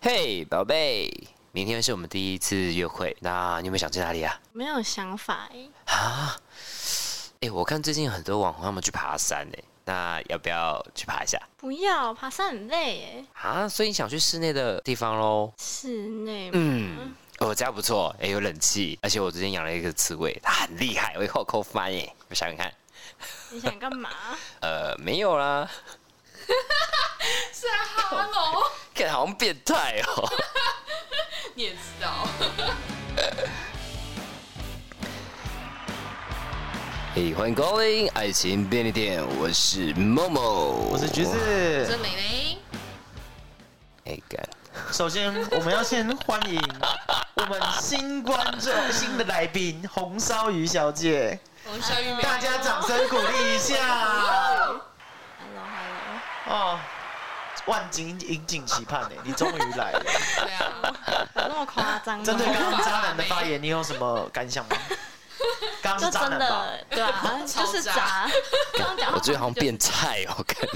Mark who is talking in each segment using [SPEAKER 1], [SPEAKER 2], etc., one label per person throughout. [SPEAKER 1] 嘿，宝贝，明天是我们第一次约会，那你有没有想去哪里啊？
[SPEAKER 2] 没有想法哎、
[SPEAKER 1] 啊，哎、我看最近很多网红他们去爬山哎，那要不要去爬一下
[SPEAKER 2] 不要爬山很累哎、
[SPEAKER 1] 啊？所以你想去室内的地方喽？
[SPEAKER 2] 室内嘛
[SPEAKER 1] 嗯，我家不错，哎、有冷气，而且我最近养了一个刺猬，它很厉害，会后空翻哎，我想想看，
[SPEAKER 2] 你想干嘛？
[SPEAKER 1] 呃，没有啦，
[SPEAKER 3] 是啊哈喽，
[SPEAKER 1] 看好像变态哦、
[SPEAKER 3] 你也知道。
[SPEAKER 1] 嘿，欢迎光临爱情便利店，我是 Momo，我
[SPEAKER 4] 我是橘。子。
[SPEAKER 3] 这美玲，
[SPEAKER 1] 哎干，
[SPEAKER 4] 首先，我们要先欢迎我们新观众、新的来宾红烧鱼小姐，
[SPEAKER 3] 我是小雨美，
[SPEAKER 4] 大家掌声鼓励一下。
[SPEAKER 2] Hello Hello，
[SPEAKER 4] 哦，万金引颈期盼欸呢，你终于来了。
[SPEAKER 3] 对啊，
[SPEAKER 2] 有那么夸张吗？
[SPEAKER 4] 针对刚刚渣男的发言，你有什么感想吗？刚刚
[SPEAKER 2] 就是
[SPEAKER 4] 渣
[SPEAKER 2] 真
[SPEAKER 4] 男吧？
[SPEAKER 2] 的对啊，就是渣。刚刚讲话
[SPEAKER 1] 我觉得好像变态哦、看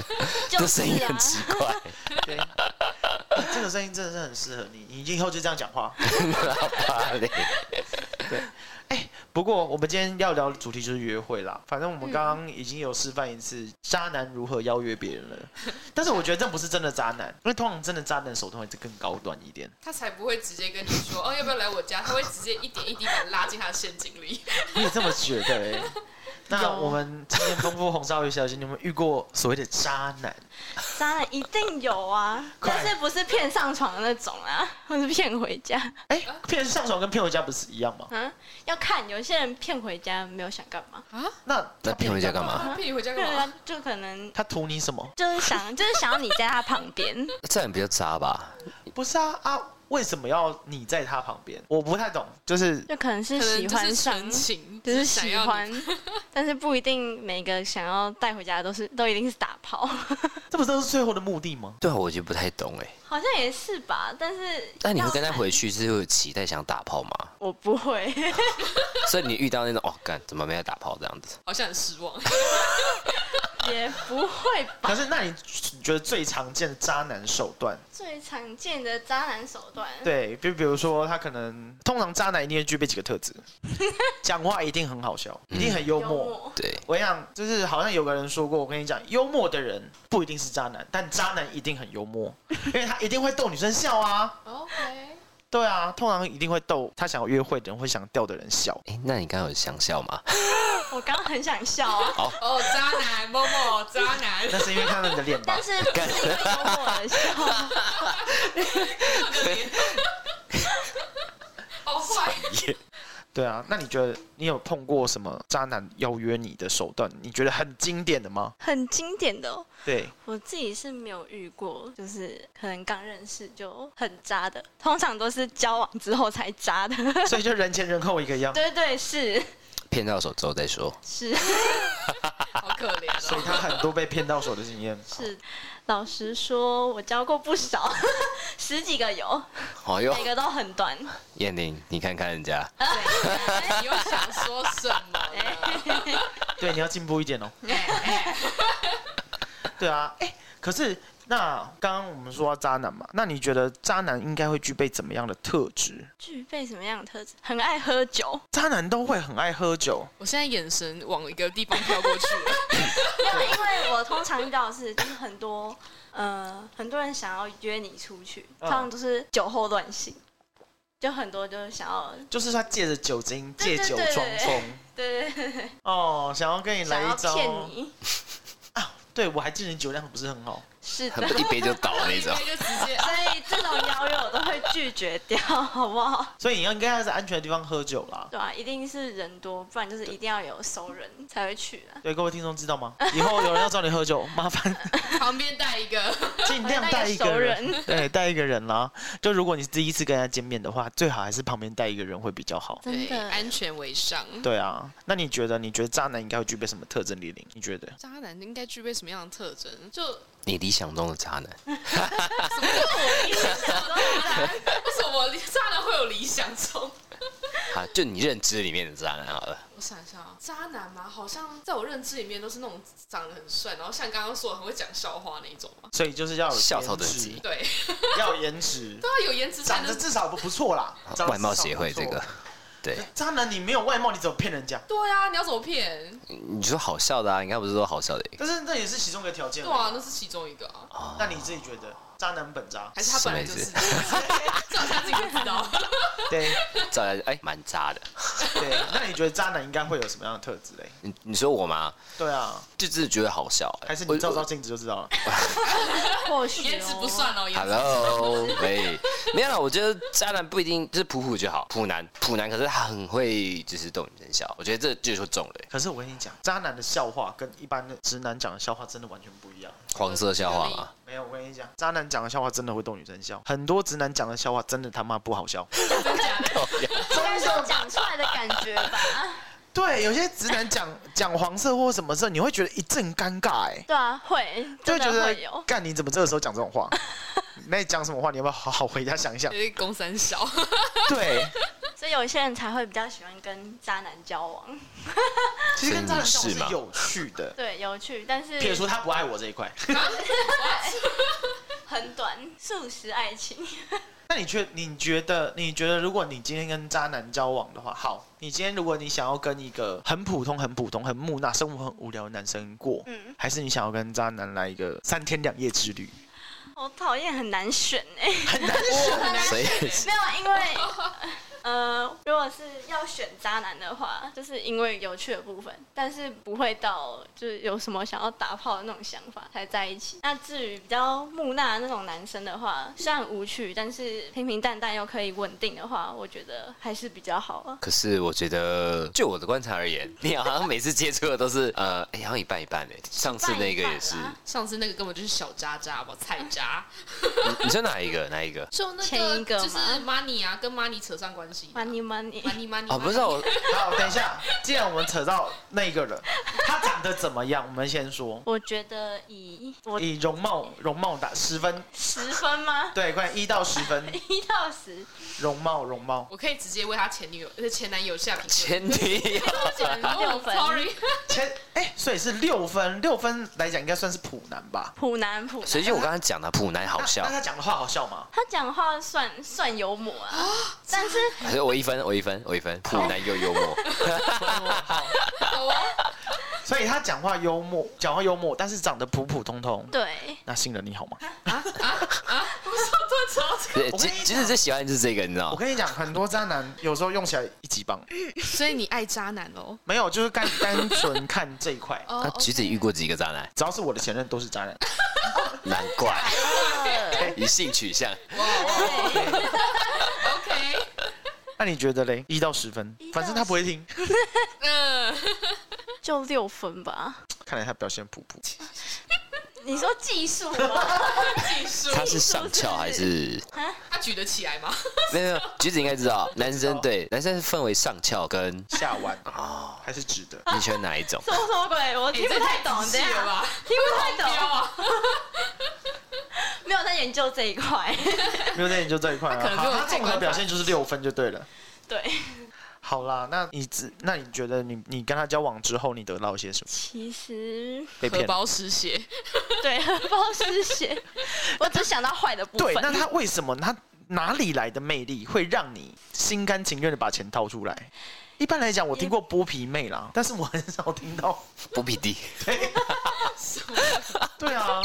[SPEAKER 2] 就是啊
[SPEAKER 1] 这声音很奇怪，
[SPEAKER 4] 对，哎这个声音真的是很适合你，你以后就这样讲话。
[SPEAKER 1] 喇叭嘞。
[SPEAKER 4] 不过我们今天要聊的主题就是约会啦，反正我们刚刚已经有示范一次渣男如何邀约别 人了，但是我觉得这不是真的渣男，因为通常真的渣男手段会更高端一点。
[SPEAKER 3] 他才不会直接跟你说哦，要不要来我家？他会直接一点一滴把你拉进他的陷阱里。
[SPEAKER 4] 你也这么觉得 哎、那
[SPEAKER 2] 有
[SPEAKER 4] 我们经验丰富红烧鱼小姐，你有没有遇过所谓的渣男？
[SPEAKER 2] 渣男一定有啊，
[SPEAKER 4] 快
[SPEAKER 2] 但是不是骗上床的那种啊，或是骗回家？
[SPEAKER 4] 哎、骗上床跟骗回家不是一样吗？
[SPEAKER 2] 嗯，要看有些人骗回家没有想干嘛，
[SPEAKER 4] 那
[SPEAKER 1] 那骗回家干嘛？
[SPEAKER 3] 他骗你回家
[SPEAKER 2] 对
[SPEAKER 3] 干
[SPEAKER 2] 啊
[SPEAKER 3] 嘛？，
[SPEAKER 2] 就可能
[SPEAKER 4] 他图你什么？
[SPEAKER 2] 就是想就是想要你在他旁边，
[SPEAKER 1] 这样比较渣吧？
[SPEAKER 4] 不是啊啊！为什么要你在他旁边？我不太懂，就是
[SPEAKER 2] 就可能是
[SPEAKER 3] 可能
[SPEAKER 2] 啊喜
[SPEAKER 3] 就
[SPEAKER 2] 欢
[SPEAKER 3] 是
[SPEAKER 2] 上。
[SPEAKER 3] 纯情，
[SPEAKER 2] 只是
[SPEAKER 3] 想
[SPEAKER 2] 喜
[SPEAKER 3] 要你
[SPEAKER 2] 欢， 但是不一定每个想要带回家的都是都一定是打炮，
[SPEAKER 4] 这不都是最后的目的吗？
[SPEAKER 1] 对啊，我就不太懂哎。
[SPEAKER 2] 好像也是吧。但是
[SPEAKER 1] 那你会跟他
[SPEAKER 2] 要看？
[SPEAKER 1] 回去是有期待想打炮吗？
[SPEAKER 2] 我不会，
[SPEAKER 1] 所以你遇到那种哦，干怎么没有打炮这样子？
[SPEAKER 3] 好像很失望。
[SPEAKER 2] 也不会吧。
[SPEAKER 4] 可是那你你觉得最常见的渣男手段？
[SPEAKER 2] 最常见的渣男手段，
[SPEAKER 4] 对，就比如说他可能通常渣男一定会具备几个特 质，讲话一定很好笑，一定很幽
[SPEAKER 2] 幽
[SPEAKER 4] 默。
[SPEAKER 2] 默，
[SPEAKER 1] 对，
[SPEAKER 4] 我想就是好像有个人说过，我跟你讲，幽默的人不一定是渣男，但渣男一定很 幽默，因为他一定会逗女生笑啊。
[SPEAKER 3] OK，
[SPEAKER 4] 对啊，通常一定会逗他想要约会的人，会想吊的人笑。
[SPEAKER 1] 哎，那你刚刚有想笑吗？
[SPEAKER 2] 我刚刚很想笑啊，
[SPEAKER 3] 哦，渣男，某某渣 男，
[SPEAKER 4] 那是因为看到你的脸吧
[SPEAKER 2] 但？是不是因为幽默而 笑，
[SPEAKER 3] 看个脸，好哦坏。
[SPEAKER 4] 对啊，那你觉得你有碰过什么渣男邀约你的手段？你觉得很经典的吗？
[SPEAKER 2] 很经典的哦、
[SPEAKER 4] 对，
[SPEAKER 2] 我自己是没有遇过，就是可能刚认识就很渣的，通常都是交往之后才渣的。
[SPEAKER 4] 所以就人前人后一个样。
[SPEAKER 2] 对对是
[SPEAKER 1] 骗到手之后再说。
[SPEAKER 2] 是。
[SPEAKER 3] 好可怜
[SPEAKER 4] 所以
[SPEAKER 3] 哦。
[SPEAKER 4] 他很多被骗到手的经验。
[SPEAKER 2] 是，老实说，我教过不少， 十几个有，
[SPEAKER 1] 哦哟
[SPEAKER 2] 每，个都很短。
[SPEAKER 1] 燕玲，你看看人 家，
[SPEAKER 3] 你又想说什么 呢？
[SPEAKER 4] 对，你要进步一点哦。
[SPEAKER 2] 啊
[SPEAKER 3] 哎
[SPEAKER 4] 对啊，哎、可是那刚刚我们说到渣男嘛，那你觉得渣男应该会具备怎么样的特质？
[SPEAKER 2] 具备什么样的特质？很爱喝酒，
[SPEAKER 4] 渣男都会很爱喝酒，
[SPEAKER 3] 我现在眼神往一个地方飘过去了。
[SPEAKER 2] 没有，因为我通常遇到的是，就是很多，呃，很多人想要约你出去，
[SPEAKER 4] 嗯
[SPEAKER 2] 通常都是酒后乱性，就很多就是想要，
[SPEAKER 4] 就是他借着酒精借
[SPEAKER 2] 对
[SPEAKER 4] 酒
[SPEAKER 2] 对对
[SPEAKER 4] 装疯
[SPEAKER 2] 对对对，
[SPEAKER 4] 哦，想要跟你
[SPEAKER 2] 想
[SPEAKER 4] 来
[SPEAKER 2] 要
[SPEAKER 4] 一招。
[SPEAKER 2] 骗你，
[SPEAKER 4] 对，我还记得你酒量不是很好。
[SPEAKER 2] 是
[SPEAKER 1] 他
[SPEAKER 2] 的。
[SPEAKER 1] 们一杯就倒那种
[SPEAKER 3] 应。该就直接
[SPEAKER 2] 所以这种邀约我都会拒绝掉， 好不好？
[SPEAKER 4] 所以你要应该要在安全的地方喝酒 啦。
[SPEAKER 2] 对啊，一定是人多，不然就是一定要有熟人才会去啊。
[SPEAKER 4] 对，各位听众知道吗？以后有人要找你喝 酒，麻烦
[SPEAKER 3] 旁边带一个，
[SPEAKER 4] 尽量带一个
[SPEAKER 2] 带一个熟
[SPEAKER 4] 人，对，带一个人啦。就如果你是第一次跟人家见面的话，最好还是旁边带一个人会比较好。
[SPEAKER 2] 真
[SPEAKER 3] 对，
[SPEAKER 2] 的，
[SPEAKER 3] 安全为上。
[SPEAKER 4] 对啊，那你觉得？你觉得渣男应该会具备什么特征？李玲，你觉得？
[SPEAKER 3] 渣男应该具备什么样的特征？就 为
[SPEAKER 1] 你理想中的渣男，
[SPEAKER 3] 什么渣男会有理想中？
[SPEAKER 1] 好，就你认知里面的渣男好了。
[SPEAKER 3] 我想一下啊，渣男嘛，好像在我认知里面都是那种长得很帅，然后像刚刚说的很会讲笑话那一种嘛。
[SPEAKER 4] 所以就是要有
[SPEAKER 1] 校草等
[SPEAKER 4] 颜值
[SPEAKER 1] 级
[SPEAKER 3] 对，
[SPEAKER 4] 要有颜值，
[SPEAKER 3] 对啊，有颜值才
[SPEAKER 4] 长得
[SPEAKER 3] 能
[SPEAKER 4] 至少不不错啦。长得
[SPEAKER 1] 外貌
[SPEAKER 4] 至少
[SPEAKER 1] 协
[SPEAKER 4] 不
[SPEAKER 1] 会这
[SPEAKER 4] 错
[SPEAKER 1] 个，对，
[SPEAKER 4] 渣男你没有外貌，你怎么骗人家？
[SPEAKER 3] 对啊，你要怎么骗？
[SPEAKER 1] 你说好笑的啊？你刚不是说好笑的？
[SPEAKER 4] 但是那也是其中一个条件
[SPEAKER 3] 对。啊，那是其中一个啊，
[SPEAKER 4] 那你自己觉得渣男本渣？
[SPEAKER 3] 还是他本来就是， 这好像自己不知道。
[SPEAKER 4] 对
[SPEAKER 1] 照来哎，蛮渣的。
[SPEAKER 4] 对，那你觉得渣男应该会有什么样的特质嘞？
[SPEAKER 1] 你你说我吗？
[SPEAKER 4] 对啊，
[SPEAKER 1] 就真的觉得好笑、欸
[SPEAKER 4] 还是
[SPEAKER 1] 我
[SPEAKER 4] 你照照镜子就知道了。
[SPEAKER 2] 或许
[SPEAKER 3] 颜值不算哦，颜值
[SPEAKER 1] Hello，喂， 没有啦，我觉得渣男不一定就是普普就好，普男普男，可是他很会就是逗女生笑，我觉得这就是中了、欸
[SPEAKER 4] 可是我跟你讲，渣男的笑话跟一般的直男讲的笑话真的完全不一样。
[SPEAKER 1] 黄色笑话嘛。
[SPEAKER 4] 没有，我跟你讲，渣男讲的笑话真的会逗女生笑，很多直男讲的笑话真的他妈不好笑。
[SPEAKER 3] 真假的，
[SPEAKER 2] 应该是我讲出来的感觉吧？
[SPEAKER 4] 对，有些直男讲讲黄色或什么时候，你会觉得一阵尴尬、哎，
[SPEAKER 2] 对啊，会，
[SPEAKER 4] 就
[SPEAKER 2] 真
[SPEAKER 4] 会觉
[SPEAKER 2] 的会有
[SPEAKER 4] 得。干你怎么这个时候讲这 种话？那你讲什么话？你要不要好好回家想一想
[SPEAKER 3] 有？一个公三 小，
[SPEAKER 4] 对，
[SPEAKER 2] 所以有些人才会比较喜欢跟渣男交往，
[SPEAKER 4] 其实跟渣男相处
[SPEAKER 1] 是吗
[SPEAKER 4] 是有趣的。
[SPEAKER 2] 对，有趣，但是
[SPEAKER 4] 撇除他不爱我这一块，
[SPEAKER 2] 很短，素食爱情。
[SPEAKER 4] 那你觉你觉得你觉得，如果你今天跟渣男交往的话，好，你今天如果你想要跟一个很普通、很普通、很木讷、生活很无聊的男生过，
[SPEAKER 2] 嗯，
[SPEAKER 4] 还是你想要跟渣男来一个三天两夜之 旅？
[SPEAKER 2] 我讨厌很难选哎、
[SPEAKER 4] 很难选。
[SPEAKER 1] 谁？
[SPEAKER 2] 没有，因为 呃，如果是要选渣男的话，就是因为有趣的部分，但是不会到就是有什么想要打炮的那种想法才在一起。那至于比较木讷的那种男生的话，虽然无趣，但是平平淡淡又可以稳定的话，我觉得还是比较好啊。
[SPEAKER 1] 可是我觉得，就我的观察而言，你好像每次接触的都是呃，哎，好像一半一半哎。上次那个也是，
[SPEAKER 2] 一半一半啦啊
[SPEAKER 3] 上次那个根本就是小渣渣吧，菜 渣，
[SPEAKER 1] 你你说哪一个？哪一个？
[SPEAKER 3] 就那
[SPEAKER 2] 前一个
[SPEAKER 3] 个
[SPEAKER 2] 吗
[SPEAKER 3] 就是 money 啊，跟 money 扯上关系
[SPEAKER 2] Money money，
[SPEAKER 3] ，money money，
[SPEAKER 1] 哦，不是啊
[SPEAKER 3] money
[SPEAKER 1] 我，
[SPEAKER 4] 好，等一下，既然我们扯到那个人，他长得怎么样？我们先说，
[SPEAKER 2] 我觉得以我
[SPEAKER 4] 以容貌容貌打十分，
[SPEAKER 2] 十分吗？
[SPEAKER 4] 对，快一到十分，
[SPEAKER 2] 一到十，
[SPEAKER 4] 容貌容貌。
[SPEAKER 3] 我可以直接为他前女友、呃前男友下评论。
[SPEAKER 1] 前提
[SPEAKER 3] 前
[SPEAKER 2] 六分
[SPEAKER 3] sorry，
[SPEAKER 4] 前哎、所以是六分，六分来讲应该算是普男吧？
[SPEAKER 2] 普男普
[SPEAKER 1] 所
[SPEAKER 2] 男，
[SPEAKER 1] 以就我刚才讲的，普男好 笑
[SPEAKER 4] 那那，他讲的话好笑吗？
[SPEAKER 2] 他讲话算算幽默啊，但是
[SPEAKER 1] 所以我一分，我一分，我一分，普男又幽默。
[SPEAKER 3] 好啊，
[SPEAKER 4] 所以他讲话幽默，讲话幽默，但是长得普普通通。
[SPEAKER 2] 对。
[SPEAKER 4] 那信任你好吗？
[SPEAKER 3] 不是啊我突然扯到这
[SPEAKER 1] 对，
[SPEAKER 4] 我
[SPEAKER 1] 其
[SPEAKER 4] 跟你
[SPEAKER 1] 其实最喜欢的就是这个，你知道
[SPEAKER 4] 我
[SPEAKER 1] 吗？
[SPEAKER 4] 跟你讲，很多渣男有时候用起来一级棒，
[SPEAKER 3] 个，所以你爱渣男喽？
[SPEAKER 2] 哦
[SPEAKER 4] 没有，就是单 单纯看这一块。
[SPEAKER 3] 哦
[SPEAKER 1] 那橘子遇过几个渣男？
[SPEAKER 4] 只要是我的前任都是渣男，
[SPEAKER 1] 难 怪，以性取向。
[SPEAKER 3] OK，
[SPEAKER 4] 那你觉得嘞？一到十分，反正他不会听，
[SPEAKER 3] 嗯，
[SPEAKER 2] 就六分吧。
[SPEAKER 4] 看来他表现普普。
[SPEAKER 2] 你说技 术吗？
[SPEAKER 3] 技术，
[SPEAKER 1] 他是上翘还 是？
[SPEAKER 3] 他举得起来吗？
[SPEAKER 1] 没有没有，橘子应该知道，男生对男生是分为上翘跟
[SPEAKER 4] 下弯
[SPEAKER 2] 啊
[SPEAKER 4] 还是直的。
[SPEAKER 1] 你喜欢哪一种？
[SPEAKER 2] 什么什么鬼？我听
[SPEAKER 3] 你
[SPEAKER 2] 不
[SPEAKER 3] 哎这
[SPEAKER 2] 太懂，
[SPEAKER 3] 仔
[SPEAKER 2] 这
[SPEAKER 3] 细了
[SPEAKER 2] 样
[SPEAKER 3] 吧？
[SPEAKER 2] 听不太
[SPEAKER 3] 标
[SPEAKER 2] 懂，
[SPEAKER 3] 啊，
[SPEAKER 2] 没有在研究这一块。
[SPEAKER 4] 没有那你就这一块
[SPEAKER 3] 他可
[SPEAKER 4] 了。
[SPEAKER 3] 能
[SPEAKER 4] 好，
[SPEAKER 3] 没有
[SPEAKER 4] 他综合表现就是六分就对了。
[SPEAKER 2] 对，
[SPEAKER 4] 好啦，那你只那你觉得你你跟他交往之后，你得到一些什么？
[SPEAKER 2] 其实
[SPEAKER 4] 被
[SPEAKER 3] 荷
[SPEAKER 4] 骗？
[SPEAKER 3] 包失血，
[SPEAKER 2] 对荷包失血， 我只想到坏的部
[SPEAKER 4] 对，
[SPEAKER 2] 分。
[SPEAKER 4] 那他为什么他哪里来的魅力会让你心甘情愿的把钱掏出来？一般来讲，我听过剥皮妹啦，但是我很少听到。
[SPEAKER 1] 不比低，
[SPEAKER 4] 对啊，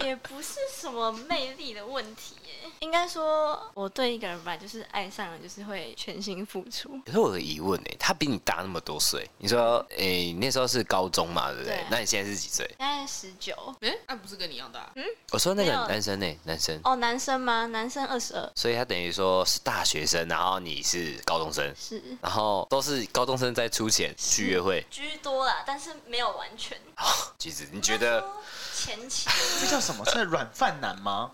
[SPEAKER 2] 也不是什么魅力的问题耶，应该说我对一个人吧，就是爱上了，就是会全心付出。
[SPEAKER 1] 可是我有个疑问哎、他比你大那么多岁，你说哎、你那时候是高中嘛，对不对？
[SPEAKER 2] 对
[SPEAKER 1] 那你现在是几岁？
[SPEAKER 2] 现在十九
[SPEAKER 3] 嗯，那不是跟你一样大，
[SPEAKER 1] 我说那个
[SPEAKER 2] 没有
[SPEAKER 1] 男生呢、男生，
[SPEAKER 2] 哦，男生吗？男生二十二，
[SPEAKER 1] 所以他等于说是大学生，然后你是高中生，
[SPEAKER 2] 是
[SPEAKER 1] 然后都是高中生在出钱去约会。
[SPEAKER 2] 居多啦，但是没有完全。
[SPEAKER 1] 其实你觉得
[SPEAKER 2] 前期
[SPEAKER 4] 这叫什么？是软饭男吗？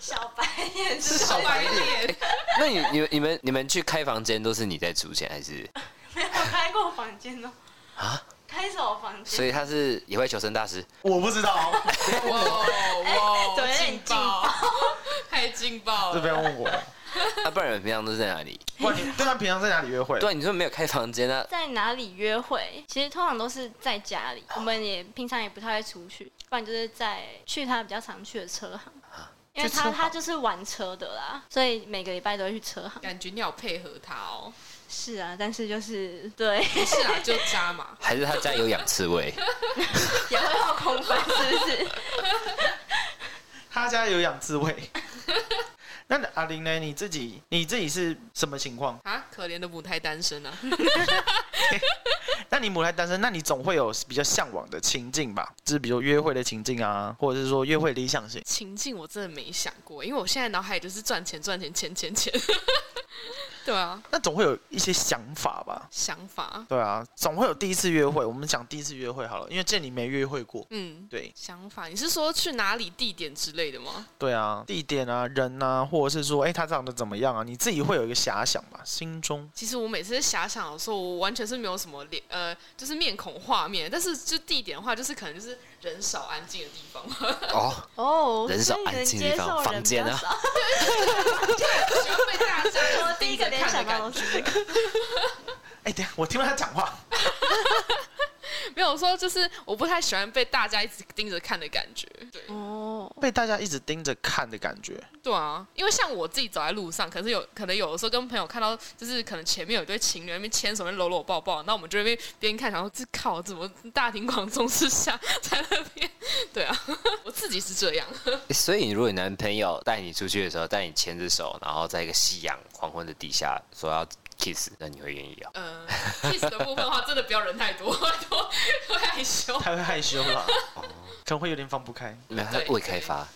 [SPEAKER 2] 小白脸 是
[SPEAKER 4] 小白脸。
[SPEAKER 1] 那你、你们、你们、你们去开房间都是你在出钱，还是？
[SPEAKER 2] 没有开过房间哦、
[SPEAKER 1] 啊？
[SPEAKER 2] 开什么房间？
[SPEAKER 1] 所以他是野外求生 大师。
[SPEAKER 4] 我不知道，
[SPEAKER 3] 哇哇，
[SPEAKER 2] 哎怎么有点
[SPEAKER 3] 劲爆，太劲爆
[SPEAKER 4] 这
[SPEAKER 3] 了，
[SPEAKER 4] 边问我。
[SPEAKER 1] 那、啊不然你们平常都是在哪里？
[SPEAKER 4] 不然你对他平常在哪里约会？
[SPEAKER 1] 对啊，你说没有开房间啊？
[SPEAKER 2] 在哪里约会？其实通常都是在家里，我们也平常也不太会出去，不然就是在去他比较常去的车行。因为
[SPEAKER 4] 去车
[SPEAKER 2] 他
[SPEAKER 4] 行
[SPEAKER 2] 他就是玩车的啦，所以每个礼拜都会去车行。
[SPEAKER 3] 感觉你好配合他哦。
[SPEAKER 2] 是啊，但是就是对，
[SPEAKER 3] 不是啦，就渣嘛。
[SPEAKER 1] 还是他家有养刺猬？
[SPEAKER 2] 也会后空翻，是不是？
[SPEAKER 4] 他家有养刺猬。 那阿玲呢？你自己你自己是什么情况？
[SPEAKER 3] 啊，可怜的母胎单身啊！
[SPEAKER 4] 那你母胎单身，那你总会有比较向往的情境吧？就是比如约会的情境啊，或者是说约会理想型。
[SPEAKER 3] 情境我真的没想过，因为我现在脑海就是赚钱、赚钱、钱、钱、 钱。对啊，
[SPEAKER 4] 那总会有一些想法吧？
[SPEAKER 3] 想法，
[SPEAKER 4] 对啊，总会有第一次约会。我们讲第一次约会好了，因为这你没约会过。
[SPEAKER 3] 嗯，
[SPEAKER 4] 对
[SPEAKER 3] 想法，你是说去哪里、地点之类的吗？
[SPEAKER 4] 对啊，地点啊，人啊，或者是说，哎、他长得怎么样啊？你自己会有一个遐想吧，心中。
[SPEAKER 3] 其实我每次遐想的时候，我完全是没有什么脸，呃，就是面孔画面。但是就地点的话，就是可能就是人少安静的地方嘛，
[SPEAKER 1] 哦，
[SPEAKER 2] 哦，
[SPEAKER 1] 人少
[SPEAKER 2] 所以
[SPEAKER 1] 安
[SPEAKER 2] 能
[SPEAKER 1] 静的
[SPEAKER 2] 接
[SPEAKER 1] 地方
[SPEAKER 2] 受
[SPEAKER 1] 房
[SPEAKER 2] 人比
[SPEAKER 1] 间
[SPEAKER 2] 较
[SPEAKER 1] 啊
[SPEAKER 2] 少
[SPEAKER 3] 喜欢被大家
[SPEAKER 2] 我第一个联
[SPEAKER 3] 联
[SPEAKER 2] 想到的是这个，
[SPEAKER 4] 哎、等一下我听不到他讲话。
[SPEAKER 3] 没有我说，就是我不太喜欢被大家一直盯着看的感觉。对，
[SPEAKER 2] 哦，
[SPEAKER 4] 被大家一直盯着看的感觉。
[SPEAKER 3] 对啊，因为像我自己走在路上，可是有可能有的时候跟朋友看到，就是可能前面有一对情侣在那边牵手，在那边搂搂抱抱，那我们就会边边看，然后这靠怎么大庭广众之下在那边？对啊，我自己是这样，
[SPEAKER 1] 所以如果你男朋友带你出去的时候，带你牵着手，然后在一个夕阳黄昏的底下说要 kiss，那你会愿意啊？
[SPEAKER 3] 呃，kiss 的部分的话，真的不要人太多， 多会害羞，
[SPEAKER 4] 他会害羞啦，可能会有点放不开。
[SPEAKER 1] 没有，他未开发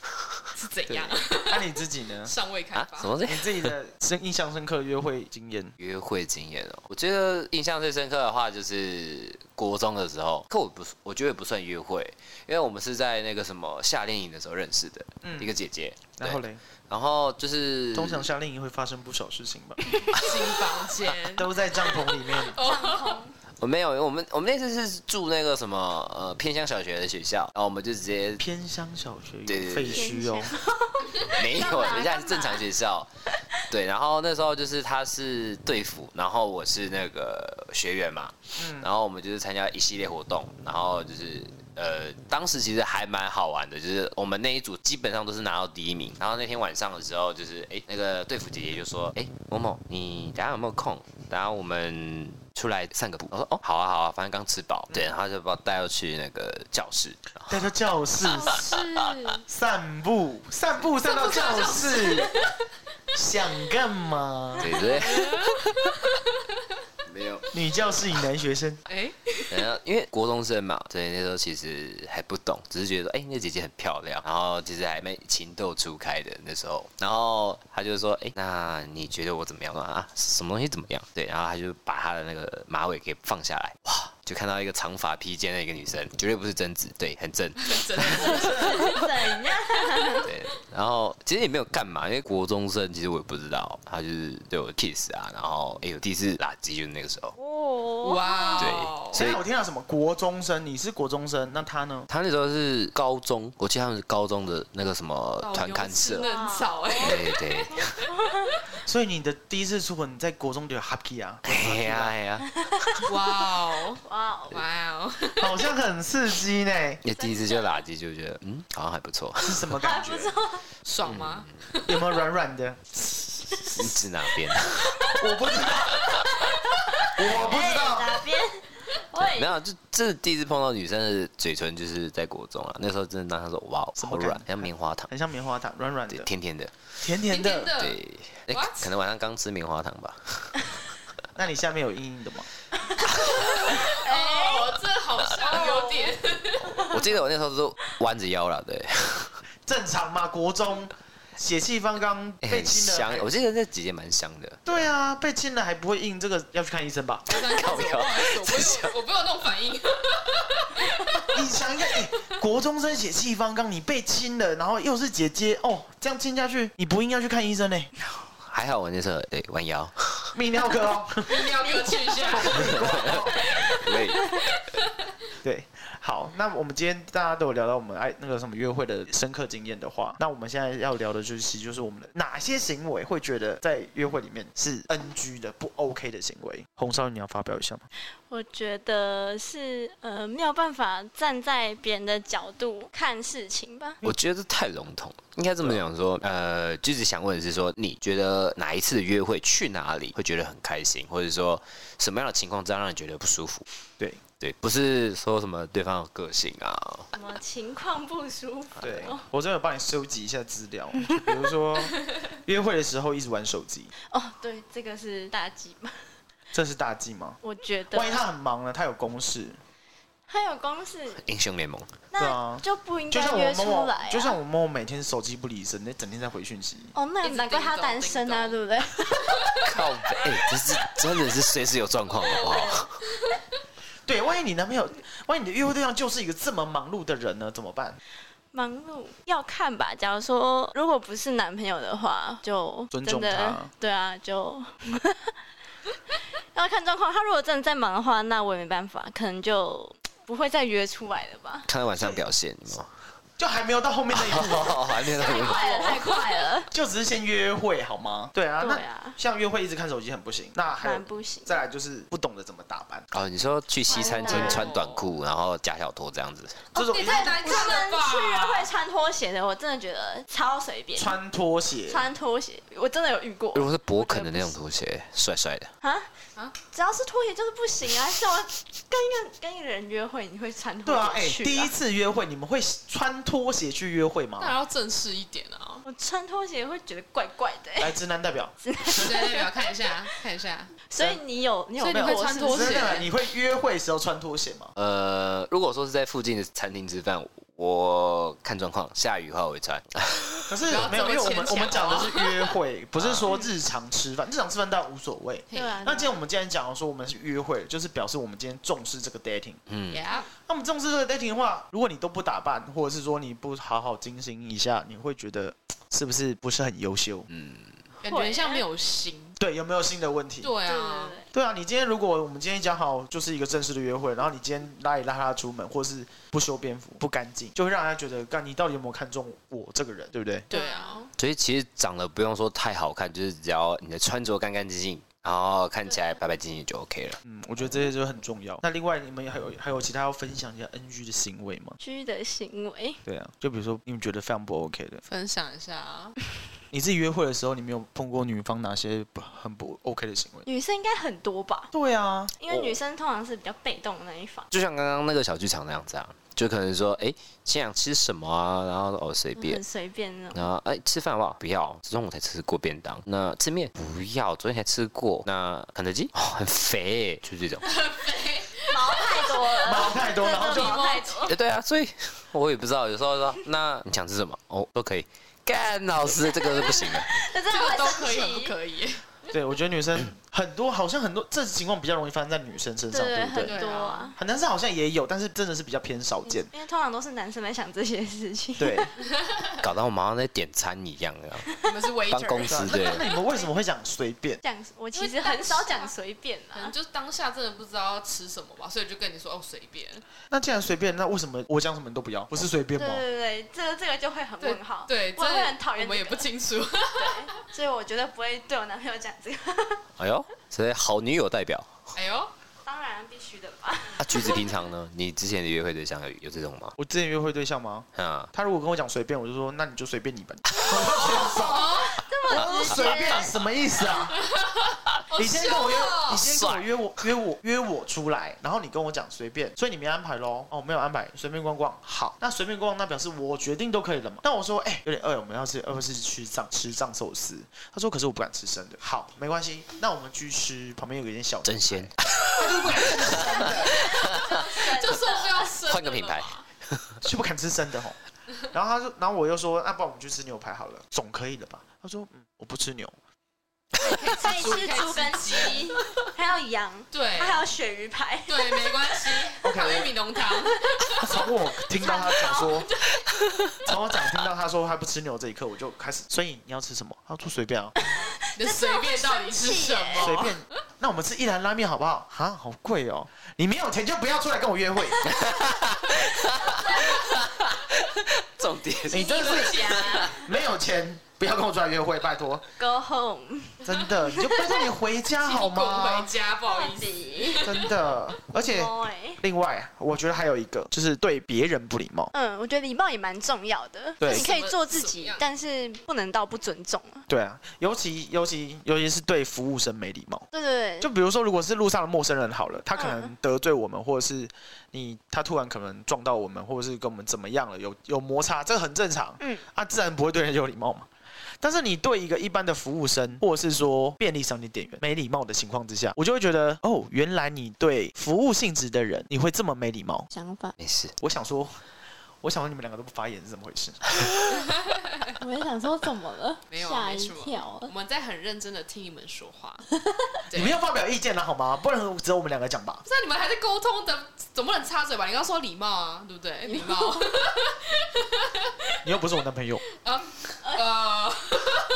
[SPEAKER 3] 是怎
[SPEAKER 4] 对
[SPEAKER 3] 样？，
[SPEAKER 4] 那、你自己呢？
[SPEAKER 3] 尚未开
[SPEAKER 1] 啊？
[SPEAKER 3] 发，
[SPEAKER 1] 什么东西
[SPEAKER 4] 你自己的深印象深刻的约会经验？
[SPEAKER 1] 约会经验哦、我觉得印象最深刻的话就是国中的时候，可我不是，我觉得也不算约会，因为我们是在那个什么夏令营的时候认识的，
[SPEAKER 4] 嗯
[SPEAKER 1] 一个姐姐。
[SPEAKER 4] 然后
[SPEAKER 1] 对
[SPEAKER 4] 嘞，
[SPEAKER 1] 然后就是
[SPEAKER 4] 通常夏令营会发生不少事情吧，，
[SPEAKER 3] 进房间
[SPEAKER 4] 都在帐篷里面。
[SPEAKER 2] 哦
[SPEAKER 1] 我没有，我们我们那次是住那个什么呃偏乡小学的学校，然后我们就直接
[SPEAKER 4] 偏乡小学有
[SPEAKER 1] 对对对
[SPEAKER 4] 废墟哦，
[SPEAKER 1] 没
[SPEAKER 2] 干
[SPEAKER 1] 有，
[SPEAKER 2] 嘛
[SPEAKER 1] 人家是正常学校。对，然后那时候就是他是队服，然后我是那个学员嘛，
[SPEAKER 4] 嗯
[SPEAKER 1] 然后我们就是参加一系列活动，然后就是呃，当时其实还蛮好玩的，就是我们那一组基本上都是拿到第一名。然后那天晚上的时候，就是哎，那个队服姐姐就说，哎，某某，你等下有没有空？等下我们出来散个步。我说哦，好啊好啊，反正刚吃饱。
[SPEAKER 2] 嗯
[SPEAKER 1] 对，然后就把我带到去那个教室，
[SPEAKER 4] 带到教室
[SPEAKER 2] 是
[SPEAKER 4] 散步，散步散到教室，想干嘛？
[SPEAKER 1] 对对。 没有，
[SPEAKER 4] 女教室与男学生，
[SPEAKER 3] 哎，
[SPEAKER 1] 然后因为国中生嘛，所以那时候其实还不懂，只是觉得说哎、那姐姐很漂亮，然后其实还蛮情窦初开的那时候。然后他就说，哎、那你觉得我怎么样啊？什么东西怎么样？对，然后他就把他的那个马尾给放下来，哇，就看到一个长发披肩的一个女生，绝对不是贞子，对，很正。
[SPEAKER 3] 真的
[SPEAKER 2] 怎样？
[SPEAKER 1] 对，然后其实也没有干嘛，因为国中生其实我也不知道，他就是对我 kiss 啊，然后哎、我第一次垃圾就是那个时候。
[SPEAKER 2] 哦，
[SPEAKER 3] 哇
[SPEAKER 1] 对
[SPEAKER 3] 哦，
[SPEAKER 1] 所以
[SPEAKER 4] 哎我听到什么国中生，你是国中生，那他呢？
[SPEAKER 1] 他那时候是高中，我记得他们是高中的那个什么
[SPEAKER 3] 老
[SPEAKER 1] 团
[SPEAKER 3] 油
[SPEAKER 1] 刊
[SPEAKER 3] 吃
[SPEAKER 1] 社，
[SPEAKER 3] 嫩草哎，
[SPEAKER 1] 对对，
[SPEAKER 4] 所以你的第一次出国，你在国中就有 happy 啊，
[SPEAKER 1] 哎呀哎呀，
[SPEAKER 3] 哇哦，
[SPEAKER 2] 哇哦，
[SPEAKER 3] 哇哦，
[SPEAKER 4] 好像很刺激呢，
[SPEAKER 1] 那第一次就垃圾就觉得嗯，好像还不错，
[SPEAKER 4] 是什么
[SPEAKER 2] 还
[SPEAKER 4] 感觉
[SPEAKER 2] 不？错，
[SPEAKER 3] 爽吗？
[SPEAKER 1] 嗯
[SPEAKER 4] 有没有软软的？
[SPEAKER 1] 你指哪边？啊
[SPEAKER 4] 我不知道，我不 知道。
[SPEAKER 2] 哪边？喂
[SPEAKER 1] 没，有，就这是第一次碰到女生的嘴唇，就是在国中啊，那时候真的当时说哇，
[SPEAKER 4] 什
[SPEAKER 1] 好
[SPEAKER 4] 么感觉
[SPEAKER 1] 软，像棉花糖，
[SPEAKER 4] 很像棉花糖，软软
[SPEAKER 1] 对，
[SPEAKER 4] 的，
[SPEAKER 1] 甜甜的，
[SPEAKER 4] 甜
[SPEAKER 3] 甜
[SPEAKER 4] 甜
[SPEAKER 3] 甜
[SPEAKER 4] 的。
[SPEAKER 3] 的，
[SPEAKER 1] 对，哎
[SPEAKER 3] What？
[SPEAKER 1] 可能晚上刚吃棉花糖吧，
[SPEAKER 4] 那你下面有硬硬的吗？
[SPEAKER 3] 哦，这好像有点。
[SPEAKER 1] 我记得我那时候都弯着腰了，对，
[SPEAKER 4] 正常嘛，国中血气方刚，
[SPEAKER 1] 哎
[SPEAKER 4] 被
[SPEAKER 1] 很
[SPEAKER 4] 亲
[SPEAKER 1] 香，我
[SPEAKER 4] 了。
[SPEAKER 1] 记得那姐姐蛮香的，
[SPEAKER 4] 对啊，被亲了还不会硬，这个要去看医生 吧？
[SPEAKER 1] 靠腰，
[SPEAKER 3] 我不有，我不有那种反应。
[SPEAKER 4] 你想一下，哎、国中生血气方刚，你被亲了，然后又是姐姐，哦，这样亲下去，你不硬要去看医生呢、
[SPEAKER 1] 还好我那时候对弯腰，
[SPEAKER 4] 泌尿科哦。
[SPEAKER 3] 一定要给我去一下。
[SPEAKER 1] 对，
[SPEAKER 4] 对，好，那我们今天大家都有聊到我们爱那个什么约会的深刻经验的话，那我们现在要聊的就是，就是我们的哪些行为会觉得在约会里面是 NG 的、不 OK 的行为。红烧，你要发表一下吗？
[SPEAKER 2] 我觉得是呃没有办法站在别人的角度看事情吧。
[SPEAKER 1] 我觉得太笼统了，应该这么讲说，呃，就是想问的是说，你觉得哪一次的约会去哪里会觉得很开心，或者说什么样的情况这样让你觉得不舒服？
[SPEAKER 4] 对
[SPEAKER 1] 对，不是说什么对方有个性啊，
[SPEAKER 2] 什么情况不舒服？
[SPEAKER 4] 对，我真的有帮你收集一下资料，就比如 说约会的时候一直玩手机，
[SPEAKER 2] 哦，对，这个是大忌嘛。
[SPEAKER 4] 这是大忌吗？
[SPEAKER 2] 我觉得
[SPEAKER 4] 万一他很忙呢？他有公事，
[SPEAKER 2] 还有公式，
[SPEAKER 1] 英雄联盟，
[SPEAKER 4] 对
[SPEAKER 2] 那
[SPEAKER 4] 啊
[SPEAKER 2] 就不应
[SPEAKER 4] 就
[SPEAKER 2] 该
[SPEAKER 4] 像我
[SPEAKER 2] 约
[SPEAKER 4] 某
[SPEAKER 2] 出
[SPEAKER 4] 某
[SPEAKER 2] 来、啊，
[SPEAKER 4] 就像我某某每天手机不离身，那整天在回讯息。
[SPEAKER 2] 哦，那
[SPEAKER 3] 一直
[SPEAKER 2] 难怪
[SPEAKER 3] 叮
[SPEAKER 2] 他
[SPEAKER 3] 咚
[SPEAKER 2] 单
[SPEAKER 3] 叮
[SPEAKER 2] 身啊，
[SPEAKER 3] 咚
[SPEAKER 2] 对不对？
[SPEAKER 1] 靠北，哎、这是真的是随时有状况，好不好？
[SPEAKER 4] 对，万一你男朋友，万一你的约会对象就是一个这么忙碌的人呢，怎么办？
[SPEAKER 2] 忙碌要看吧。假如说如果不是男朋友的话，就
[SPEAKER 4] 尊
[SPEAKER 2] 真
[SPEAKER 4] 重
[SPEAKER 2] 的
[SPEAKER 4] 他
[SPEAKER 2] 对啊，就 要看状况。他如果真的在忙的话，那我也没办法，可能就不会再约出来了吧。
[SPEAKER 1] 看到晚上表现，哦有没有
[SPEAKER 4] 就还没有到后面那一 步
[SPEAKER 1] 哦，
[SPEAKER 4] 哦，
[SPEAKER 1] 还没有
[SPEAKER 2] 太快了，太快了，
[SPEAKER 4] 就只是先约会好吗？对啊，
[SPEAKER 2] 对
[SPEAKER 4] 那
[SPEAKER 2] 啊
[SPEAKER 4] 像约会一直看手机很不行。那还有
[SPEAKER 2] 蛮不行。
[SPEAKER 4] 再来就是不懂得怎么打扮，
[SPEAKER 1] 哦，你说去西餐厅穿短裤，然后加小拖这样子，
[SPEAKER 4] 这种
[SPEAKER 3] 你
[SPEAKER 4] 一
[SPEAKER 3] 太
[SPEAKER 4] 定
[SPEAKER 3] 难
[SPEAKER 2] 他
[SPEAKER 3] 看了
[SPEAKER 2] 们
[SPEAKER 3] 吧？
[SPEAKER 2] 去约会穿拖鞋的，我真的觉得超随便。
[SPEAKER 4] 穿拖鞋，
[SPEAKER 2] 穿拖鞋，我真的有遇过
[SPEAKER 1] 如。果是勃肯的那种拖鞋，帅帅的，
[SPEAKER 2] 啊
[SPEAKER 3] 啊
[SPEAKER 2] 只要是拖鞋就是不行啊！什么跟一个跟一个人约会，你会穿拖
[SPEAKER 4] 对
[SPEAKER 2] 鞋
[SPEAKER 4] 啊，哎、
[SPEAKER 2] 去、
[SPEAKER 4] 第一次约会你们会穿拖鞋去约会
[SPEAKER 3] 那
[SPEAKER 4] 吗？
[SPEAKER 3] 要正式一点啊！
[SPEAKER 2] 我穿拖鞋会觉得怪怪的、
[SPEAKER 4] 来，直男代表，
[SPEAKER 3] 直接代表看一下，看一下，
[SPEAKER 2] 所以你有你有
[SPEAKER 3] 啊所以
[SPEAKER 2] 被
[SPEAKER 3] 你会
[SPEAKER 2] 我
[SPEAKER 3] 穿
[SPEAKER 2] 是
[SPEAKER 3] 拖
[SPEAKER 2] 不是
[SPEAKER 4] 直
[SPEAKER 3] 鞋
[SPEAKER 4] 男代表，你会约会时候穿拖鞋吗？
[SPEAKER 1] 呃，如果说是在附近的餐厅吃饭，我看状况，下雨的话我会穿。
[SPEAKER 4] 可是
[SPEAKER 3] 不要
[SPEAKER 4] 没有，
[SPEAKER 3] 这么
[SPEAKER 4] 因为我
[SPEAKER 3] 牵
[SPEAKER 4] 们
[SPEAKER 3] 强
[SPEAKER 4] 我们讲的
[SPEAKER 3] 哦
[SPEAKER 4] 是约会，不是说日常吃饭，日常吃饭倒无所谓。
[SPEAKER 2] 对啊，
[SPEAKER 4] 那今天我们既然讲到说我们是约会，就是表示我们今天重视这个 dating。
[SPEAKER 1] 嗯，
[SPEAKER 3] Yeah，
[SPEAKER 4] 那么重视这个 dating 的话，如果你都不打扮，或者是说你不好好精心一下，你会觉得是不是不是很优秀？
[SPEAKER 3] 感觉像没有心。
[SPEAKER 4] 对，有没有新的问题？
[SPEAKER 3] 对
[SPEAKER 2] 对对
[SPEAKER 3] 啊
[SPEAKER 2] 对，对，
[SPEAKER 4] 对啊，你今天如果我们今天讲好就是一个正式的约会，然后你今天邋里邋遢出门，或是不修边幅、不干净，就会让人家觉得，干你到底有没有看中我这个人，对不对？
[SPEAKER 3] 对啊，
[SPEAKER 1] 所以其实长得不用说太好看，就是只要你的穿着干干净净，然后看起来白白净净就 OK 了。
[SPEAKER 4] 嗯，我觉得这些就很重要。那另外你们还有还有其他要分享一下 NG 的行为吗？
[SPEAKER 2] 居的行为，
[SPEAKER 4] 对啊，就比如说你们觉得非常不 OK 的，
[SPEAKER 3] 分享一下啊。
[SPEAKER 4] 你自己约会的时候，你没有碰过女方哪些不很不 OK 的行为？
[SPEAKER 2] 女生应该很多吧？
[SPEAKER 4] 对啊，
[SPEAKER 2] 因为女生通常是比较被动的那一方。
[SPEAKER 1] 就像刚刚那个小剧场那样子啊，就可能说，哎、今天想吃什么啊？然后哦随便
[SPEAKER 2] 很。随便那种，
[SPEAKER 1] 然后哎、吃饭好不好？不要，中午才吃过便当。那吃面不要，昨天才吃过。那肯德基、哦、很肥、就这种。
[SPEAKER 2] 毛太多了，
[SPEAKER 4] 毛太 多，
[SPEAKER 2] 真的
[SPEAKER 4] 然后就
[SPEAKER 2] 毛太 多。
[SPEAKER 1] 欸、对啊，所以我也不知道，有时候说那你想吃什么哦都可以。干老师，这个是不行的。
[SPEAKER 2] 这真
[SPEAKER 3] 这
[SPEAKER 2] 的
[SPEAKER 3] 个
[SPEAKER 2] 会
[SPEAKER 3] 都
[SPEAKER 2] 生
[SPEAKER 3] 可以，很不
[SPEAKER 2] 气，
[SPEAKER 3] 可以？
[SPEAKER 4] 对，我觉得女生很多，好像很多这情况比较容易发生在女生身上，
[SPEAKER 2] 对，
[SPEAKER 4] 对不对？
[SPEAKER 2] 很多啊。
[SPEAKER 4] 很男生好像也有，但是真的是比较偏少 见。
[SPEAKER 2] 因为通常都是男生来想这些事情，
[SPEAKER 4] 对，
[SPEAKER 1] 搞到我们好像在点餐一样，然后
[SPEAKER 3] 你们是
[SPEAKER 1] 帮公
[SPEAKER 3] waiter，
[SPEAKER 1] 司 对
[SPEAKER 4] 那那你们为什么会讲随便？
[SPEAKER 2] 讲我其实很少讲随便
[SPEAKER 3] 可能
[SPEAKER 2] 啊，
[SPEAKER 3] 就当下真的不知道要吃什么吧，所以就跟你说哦随便。
[SPEAKER 4] 那既然随便，那为什么我讲什么你都不要？不是随便
[SPEAKER 2] 对
[SPEAKER 4] 吗？
[SPEAKER 2] 对对，这个这个就会很
[SPEAKER 3] 对
[SPEAKER 2] 问号，
[SPEAKER 3] 对，
[SPEAKER 2] 我也
[SPEAKER 3] 真
[SPEAKER 2] 会
[SPEAKER 3] 的
[SPEAKER 2] 很讨厌
[SPEAKER 3] 我们也
[SPEAKER 2] 这
[SPEAKER 3] 不
[SPEAKER 2] 个，
[SPEAKER 3] 清楚。
[SPEAKER 2] 所以我绝对不会对我男朋友讲这个，
[SPEAKER 1] 哎呦，所以好女友代表
[SPEAKER 3] 哎呦，
[SPEAKER 2] 当然必须的吧，
[SPEAKER 1] 啊。橘子平常呢，你之前的约会对象有有这种吗？
[SPEAKER 4] 我之前约会对象吗？
[SPEAKER 1] 啊，
[SPEAKER 4] 他如果跟我讲随便，我就说那你就随便你吧。
[SPEAKER 2] 这么直
[SPEAKER 4] 啊随
[SPEAKER 2] 接
[SPEAKER 4] 便什么意思啊？
[SPEAKER 3] 哦
[SPEAKER 4] 你先跟我约，你先跟我约我 约我约我出来，然后你跟我讲随便，所以你没安排喽？哦，没有安排，随便逛逛。好，那随便逛逛，那表示我决定都可以了嘛？那我说，哎、有点饿，我们要吃，要不是去藏吃藏寿司？他说，可是我不敢吃生的。好，没关系，那我们去吃旁边有一间小哎
[SPEAKER 1] 真鲜，
[SPEAKER 3] 就 说不要生，
[SPEAKER 1] 换个品牌。
[SPEAKER 4] 就不敢吃生的吼。然后他说，然后我又说，那、不然我们去吃牛排好了，总可以了吧？他说，嗯，我不吃牛。
[SPEAKER 2] 可以吃猪跟鸡，还有羊，
[SPEAKER 3] 对
[SPEAKER 2] 它还有鳕鱼排，
[SPEAKER 3] 对，没关 系。
[SPEAKER 4] OK
[SPEAKER 3] 还有玉米浓汤，
[SPEAKER 4] 从我听到他讲说，从我讲听到他说他不吃牛这一刻，我就开始。所以你要吃什么？他说随便啊，
[SPEAKER 3] 你的随便到底是什
[SPEAKER 2] 哦
[SPEAKER 3] 么？
[SPEAKER 4] 随便。那我们吃一兰拉面好不好？啊，好贵哦！你没有钱就不要出来跟我 约会，
[SPEAKER 1] 重点
[SPEAKER 4] 你
[SPEAKER 1] 是
[SPEAKER 4] 真的是
[SPEAKER 2] 家
[SPEAKER 4] 没有钱不要跟我出来约会，拜托，
[SPEAKER 2] ，Go home，
[SPEAKER 4] 真的，你就拜托你回家好
[SPEAKER 3] 滚回
[SPEAKER 4] 吗？
[SPEAKER 3] 家，不好意思。
[SPEAKER 2] 思。
[SPEAKER 4] 真的，而且
[SPEAKER 2] 对，
[SPEAKER 4] 另外，我觉得还有一个就是对别人不礼貌。
[SPEAKER 2] 嗯，我觉得礼貌也蛮重要的。
[SPEAKER 4] 对
[SPEAKER 2] 就你可以做自
[SPEAKER 3] 什么
[SPEAKER 2] 己
[SPEAKER 3] 样，
[SPEAKER 2] 但是不能到不尊重啊。
[SPEAKER 4] 对啊，尤其尤其尤其是对服务生没礼貌。
[SPEAKER 2] 对对对，
[SPEAKER 4] 就比如说，如果是路上的陌生人好了，他可能得罪我们，或者是你他突然可能撞到我们，或者是跟我们怎么样了，有有摩擦，这个很正常。
[SPEAKER 2] 嗯，
[SPEAKER 4] 啊，自然不会对人有礼貌嘛。但是你对一个一般的服务生，或者是说便利商店店员没礼貌的情况之下，我就会觉得哦，原来你对服务性质的人，你会这么没礼貌。
[SPEAKER 2] 想法，
[SPEAKER 1] 没事，
[SPEAKER 4] 我想说，我想说你们两个都不发言是怎么回事？
[SPEAKER 5] 我也想说怎么了，
[SPEAKER 3] 没有啊
[SPEAKER 5] 吓
[SPEAKER 3] 没
[SPEAKER 5] 一
[SPEAKER 3] 什么
[SPEAKER 5] 跳
[SPEAKER 3] 我。们在很认真的听你们说话， 对
[SPEAKER 4] 你们要发表意见了好吗？不然只有我们两个讲吧。
[SPEAKER 3] 不是啊你们还在沟通的，总不能插嘴吧？你刚刚说礼貌啊，对不对？礼貌，
[SPEAKER 4] 你又不是我男朋友，
[SPEAKER 3] 呃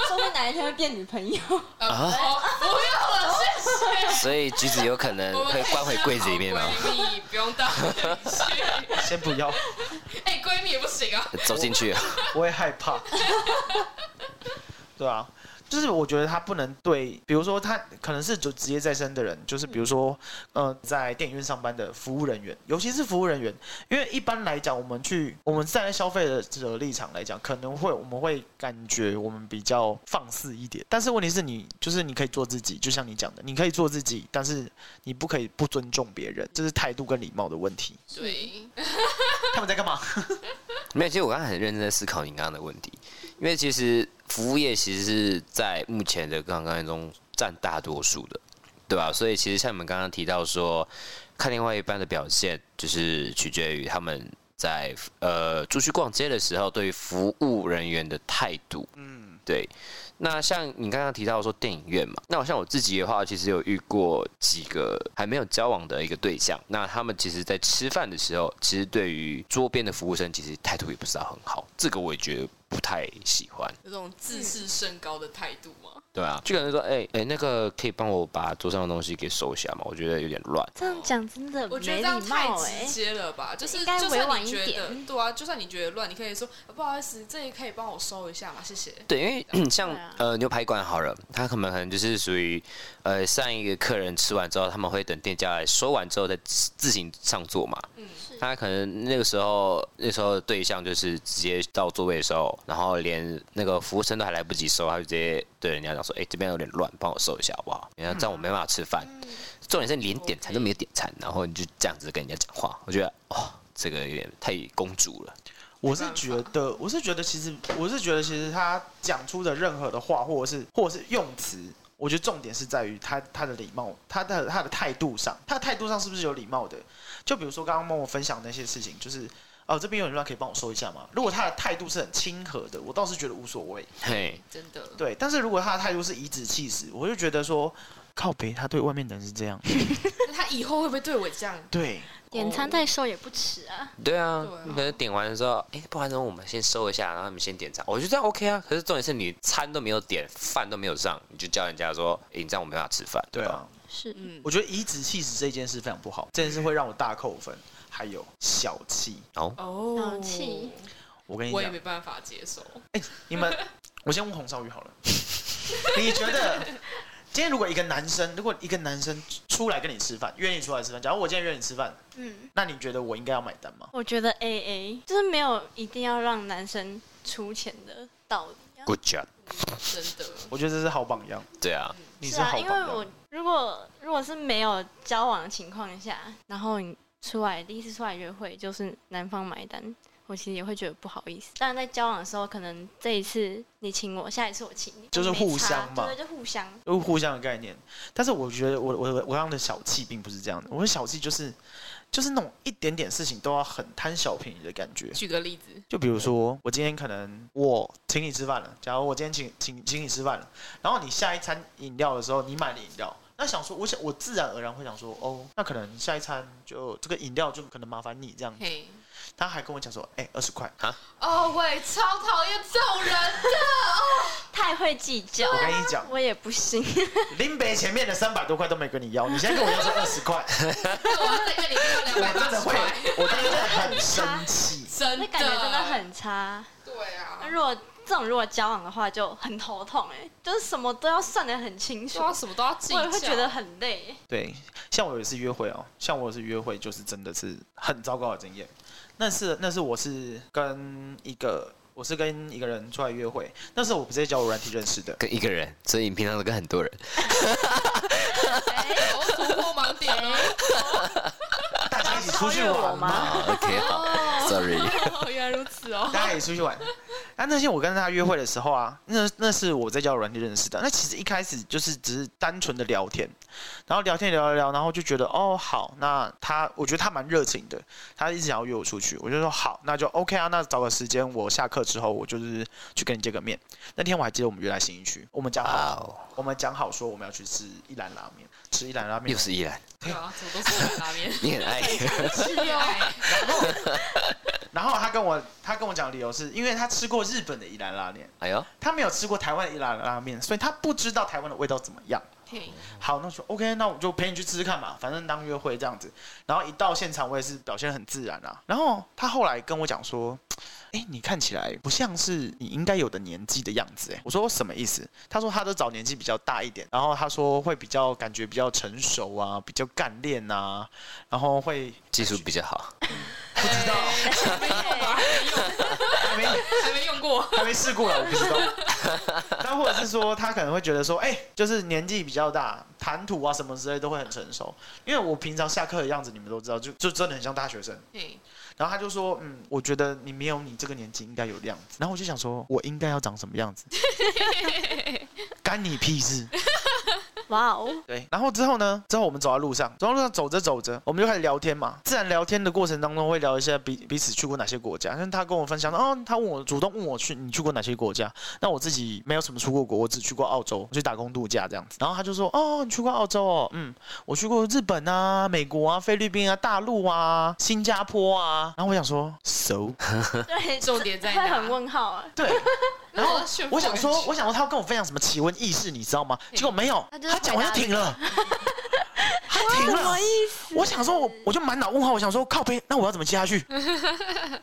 [SPEAKER 5] 说不定哪一天会变女朋友。
[SPEAKER 3] 呃，
[SPEAKER 1] 啊
[SPEAKER 3] 哦不用了，谢谢。
[SPEAKER 1] 所以橘子有可能
[SPEAKER 3] 我
[SPEAKER 1] 会
[SPEAKER 3] 们可以
[SPEAKER 1] 关回柜子里面吗？
[SPEAKER 3] 当好闺蜜不用 到那里去，
[SPEAKER 4] 先不要，
[SPEAKER 3] 哎，闺蜜也不行 啊。
[SPEAKER 1] 走进去了，
[SPEAKER 4] 我也害怕。 对啊，就是我觉得他不能对，比如说他可能是就职业在身的人，就是比如说，呃，在电影院上班的服务人员，尤其是服务人员，因为一般来讲，我们去我们站在消费者的立场来讲，可能会我们会感觉我们比较放肆一点，但是问题是你就是你可以做自己，就像你讲的，你可以做自己，但是你不可以不尊重别人，这是态度跟礼貌的问题。
[SPEAKER 3] 对，
[SPEAKER 4] 他们在干嘛？
[SPEAKER 1] 没有，其实我刚才很认真在思考你刚刚的问题，因为其实服务业其实是在目前的各行各业中占大多数的，对吧？所以其实像你们刚刚提到说，看另外一半的表现，就是取决于他们在呃出去逛街的时候对于服务人员的态度。
[SPEAKER 4] 嗯，
[SPEAKER 1] 对，那像你刚刚提到说电影院嘛，那我像我自己的话，其实有遇过几个还没有交往的一个对象，那他们其实在吃饭的时候，其实对于桌边的服务生其实态度也不是很好，这个我也觉得不太喜欢。
[SPEAKER 3] 有种自视甚高的态度吗？
[SPEAKER 1] 对啊，就可能说，哎、哎、那个可以帮我把桌上的东西给收一下嘛？我觉得有点乱。
[SPEAKER 2] 这样讲真的
[SPEAKER 3] 我觉得
[SPEAKER 2] 没礼
[SPEAKER 3] 这样太
[SPEAKER 2] 貌欸哎
[SPEAKER 3] 直。接了吧，就是
[SPEAKER 2] 应该
[SPEAKER 3] 就
[SPEAKER 2] 委
[SPEAKER 3] 算
[SPEAKER 2] 婉
[SPEAKER 3] 你
[SPEAKER 2] 一
[SPEAKER 3] 觉得
[SPEAKER 2] 点
[SPEAKER 3] 对啊，就算你觉得乱，你可以说呃不好意思，这也可以帮我收一下嘛，谢谢。
[SPEAKER 1] 对，因 为像、
[SPEAKER 2] 对啊
[SPEAKER 1] 呃牛排馆好了，它可能可能就是属于呃上一个客人吃完之后，他们会等店家来收完之后再自自行上座嘛。嗯，他可能那个时候那时候的对象就是直接到座位的时候，然后连那个服务生都还来不及收，他就直接对人家讲说：“哎、这边有点乱，帮我收一下好不好？”你看这样我没办法吃饭。
[SPEAKER 2] 嗯
[SPEAKER 1] 重点是你连点餐都没有点餐，然后你就这样子跟人家讲话，我觉得哦，这个有点太公主了。
[SPEAKER 4] 我是觉得，我是觉得，其实我是觉得，其实他讲出的任何的话，或者是或者是用词，我觉得重点是在于他他的礼貌，他的他的态度上，他的态度上是不是有礼貌的？就比如说刚刚跟我分享那些事情，就是哦这边有人乱，可以帮我收一下吗？如果他的态度是很亲和的，我倒是觉得无所谓。
[SPEAKER 1] 嘿，
[SPEAKER 3] 真的，
[SPEAKER 4] 对，但是如果他的态度是颐指气使，我就觉得说靠北，他对外面的人是这样。
[SPEAKER 3] 那他以后会不会对我这样？
[SPEAKER 4] 对，
[SPEAKER 2] 点餐再收也不迟啊，
[SPEAKER 1] 对啊
[SPEAKER 3] 对啊，
[SPEAKER 1] 你可能点完的时候，哎、不然我们先收一下，然后你们先点餐，我觉得这样 OK 啊。可是重点是你餐都没有点，饭都没有上，你就叫人家说，哎、你这样我没办法吃饭，
[SPEAKER 4] 对
[SPEAKER 1] 吧？
[SPEAKER 4] 啊，
[SPEAKER 2] 是
[SPEAKER 3] 嗯，
[SPEAKER 4] 我觉得颐指气使这件事非常不好，这件事会让我大扣分。还有小气，
[SPEAKER 3] 哦
[SPEAKER 2] 好气
[SPEAKER 4] 我跟你
[SPEAKER 3] 我也
[SPEAKER 4] 讲
[SPEAKER 3] 没，办法接受。
[SPEAKER 4] 哎、你们，我先问洪少宇好了，你觉得今天如果一个男生，如果一个男生出来跟你吃饭，约你出来吃饭，假如我今天约你吃饭，
[SPEAKER 2] 嗯，
[SPEAKER 4] 那你觉得我应该要买单吗？
[SPEAKER 2] 我觉得 A A 就是没有一定要让男生出钱的道理啊。
[SPEAKER 1] Good job，
[SPEAKER 3] 真的，
[SPEAKER 4] 我觉得这是好榜样，
[SPEAKER 1] 对啊，
[SPEAKER 4] 你
[SPEAKER 2] 是啊，
[SPEAKER 4] 好
[SPEAKER 2] 因
[SPEAKER 4] 榜
[SPEAKER 2] 为
[SPEAKER 4] 样。
[SPEAKER 2] 我如果如果是没有交往的情况下，然后你出来第一次出来约会就是男方买单，我其实也会觉得不好意思。当然在交往的时候，可能这一次你请我，下一次我请你，
[SPEAKER 4] 就是
[SPEAKER 2] 没差
[SPEAKER 4] 互相嘛
[SPEAKER 2] 对，就互相。
[SPEAKER 4] 都互相的概念，但是我觉得我我我刚刚的小气并不是这样的，我的小气就是就是那种一点点事情都要很贪小便宜的感觉。
[SPEAKER 3] 举个例子，
[SPEAKER 4] 就比如说，我今天可能我请你吃饭了，假如我今天请请请你吃饭了，然后你下一餐饮料的时候，你买了饮料，那想说，我想我自然而然会想说，哦，那可能下一餐就这个饮料就可能麻烦你这样。
[SPEAKER 3] 嘿，
[SPEAKER 4] 他还跟我讲说，哎、二十块，
[SPEAKER 3] 哦，我也超讨厌这种人的，
[SPEAKER 2] 太会会计较，
[SPEAKER 4] 我跟你讲，
[SPEAKER 2] 我也不行。
[SPEAKER 4] 林北前面的三百多块都没跟你要，你现在跟我要是二十块，
[SPEAKER 3] 我再啊跟你要两
[SPEAKER 4] 我
[SPEAKER 3] 百八
[SPEAKER 4] 真的
[SPEAKER 3] 十
[SPEAKER 4] 会
[SPEAKER 3] 块，，
[SPEAKER 4] 我真的会很生气。
[SPEAKER 3] 真
[SPEAKER 2] 那
[SPEAKER 3] 的
[SPEAKER 2] 感觉真的很差。
[SPEAKER 3] 对啊
[SPEAKER 2] 那。如果这种如果交往的话，就很头痛哎、就是什么都要算得很清楚
[SPEAKER 3] 对，啊，什么都要计
[SPEAKER 2] 我
[SPEAKER 3] 较，
[SPEAKER 2] 也会觉得很累、
[SPEAKER 4] 对，像我有一次约会哦，像我有一次约会就是真的是很糟糕的经验。那是那是我是跟一个我是跟一个人出来约会，那时候我不是在交友软体认识的。
[SPEAKER 1] 跟一个人，所以你平常都跟很多人。
[SPEAKER 3] 哎我突破盲点了。
[SPEAKER 4] 大家一起出去玩嘛，
[SPEAKER 1] 好，OK，好，Sorry。
[SPEAKER 3] 哦，原来如此哦。
[SPEAKER 4] 大家一起出去玩。那那天我跟他约会的时候啊，那那是我在交友软体认识的。那其实一开始就是只是单纯的聊天，然后聊天聊一聊，然后就觉得哦好，那他我觉得他蛮热情的，他一直想要约我出去，我就说好，那就 OK 啊，那找个时间我下课之后我就是去跟你见个面。那天我还记得我们约来新一区，我们讲
[SPEAKER 1] 哇
[SPEAKER 4] 好，
[SPEAKER 1] 哦，
[SPEAKER 4] 我们讲好说我们要去吃一兰拉面，吃一兰拉面
[SPEAKER 1] 又。是依然，
[SPEAKER 3] 对啊，怎么都是我们 拉面。
[SPEAKER 1] 你很爱，
[SPEAKER 3] 是啊，
[SPEAKER 2] 哦
[SPEAKER 4] 然后他跟我他跟我讲的理由是因为他吃过日本的一兰拉面，
[SPEAKER 1] 哎呦，
[SPEAKER 4] 他没有吃过台湾的一兰拉面，所以他不知道台湾的味道怎么样。
[SPEAKER 3] 嘿
[SPEAKER 4] 好，那我说 OK，那我就陪你去吃吃看嘛，反正当约会这样子。然后一到现场，我也是表现得很自然啊。然后他后来跟我讲说，哎、你看起来不像是你应该有的年纪的样子。哎，我说什么意思？他说他都找年纪比较大一点，然后他说会比较感觉比较成熟啊，比较干练啊，然后会
[SPEAKER 1] 技术比较好，
[SPEAKER 4] 不知道
[SPEAKER 3] 没用吧？
[SPEAKER 4] 还没
[SPEAKER 3] 还没用过。
[SPEAKER 4] 还没试过了，我不知道。 但或者是说，他可能会觉得说，哎、就是年纪比较大，谈吐啊什么之类都会很成熟。因为我平常下课的样子，你们都知道，就就真的很像大学生。
[SPEAKER 3] 嘿
[SPEAKER 4] 然后他就说，嗯，我觉得你没有你这个年纪应该有的样子。然后我就想说，我应该要长什么样 子？干你屁事！
[SPEAKER 2] 哇哦，
[SPEAKER 4] 对。然后之后呢？之后我们走在路上，走在路上走着走着，我们就开始聊天嘛。自然聊天的过程当中，会聊一下彼彼此去过哪些国家。像他跟我分享，哦，他问我主动问我去你去过哪些国家。那我自己没有什么出过国，我只去过澳洲，我去打工度假这样子。然后他就说，哦，你去过澳洲哦，嗯，我去过日本啊、美国啊、菲律宾啊、大陆啊、新加坡啊。然后我想说，so
[SPEAKER 2] 对，
[SPEAKER 3] 重点在哪
[SPEAKER 2] 会很问号啊。
[SPEAKER 4] 对。然后
[SPEAKER 3] 那炫富
[SPEAKER 4] 我想说
[SPEAKER 3] 感，觉
[SPEAKER 4] 我想说他要跟我分享什么奇闻异事，你知道吗？结果没有，
[SPEAKER 2] 他就是
[SPEAKER 4] 他讲完就停了， 他停
[SPEAKER 2] 什
[SPEAKER 4] 了
[SPEAKER 2] 么。意思？
[SPEAKER 4] 我想说，我我就满脑问号，我想说靠背，那我要怎么接 下去？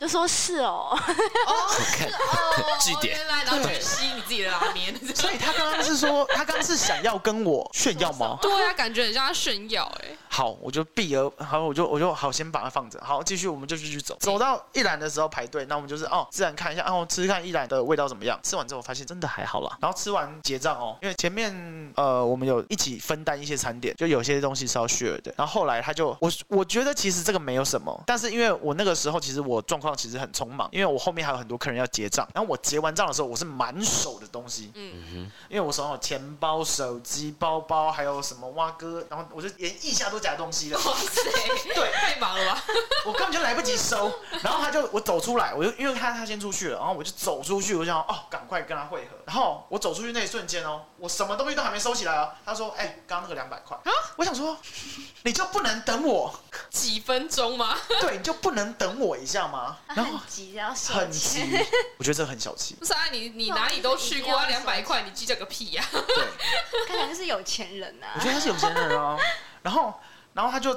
[SPEAKER 2] 就说是哦，
[SPEAKER 1] 我看
[SPEAKER 3] 哦
[SPEAKER 1] 据点
[SPEAKER 3] 原来然后去吸你自己的拉 面。
[SPEAKER 4] 所以他刚刚是说，他刚刚是想要跟我炫耀吗？
[SPEAKER 3] 对啊，感觉很像在炫耀哎。
[SPEAKER 4] 好，我就避而，好，我就我就好，先把它放着。好，继续，我们就继续走。走到一兰的时候排队，那我们就是哦，自然看一下，哦，吃吃看一兰的味道怎么样。吃完之后发现真的还好啦。然后吃完结账哦，因为前面呃我们有一起分担一些餐点，就有些东西是要 share 的。然后后来他就我我觉得其实这个没有什么，但是因为我那个时候其实我状况其实很匆忙，因为我后面还有很多客人要结账。然后我结完账的时候，我是满手的东西，因为我手上有钱包、手机、包包，还有什么蛙哥，然后我就连腋下都夹东 西了，
[SPEAKER 3] 哇塞，
[SPEAKER 4] 对
[SPEAKER 3] 太忙了吧？
[SPEAKER 4] 我根本就来不及收。然后他就我走出来，我就因为他他先出去了，然后我就走出去，我就想哦，赶快跟他会合。然后我走出去那一瞬间哦，我什么东西都还没收起来哦，他说哎、刚刚那个两百块啊，我想说你就不能等 我，
[SPEAKER 3] 几分钟吗？
[SPEAKER 4] 对，你就不能等我一下吗？
[SPEAKER 2] 他
[SPEAKER 4] 然后
[SPEAKER 2] 很急着要收
[SPEAKER 4] 哎很
[SPEAKER 2] 钱，
[SPEAKER 4] 急，我觉得这很小气，
[SPEAKER 3] 不是啊，你你哪里都去过，啊两百块你计较个屁呀！
[SPEAKER 4] 对。
[SPEAKER 2] 看起来就是有钱人
[SPEAKER 4] 我
[SPEAKER 2] 啊
[SPEAKER 4] 觉。得他是有钱人啊。然后，然后他就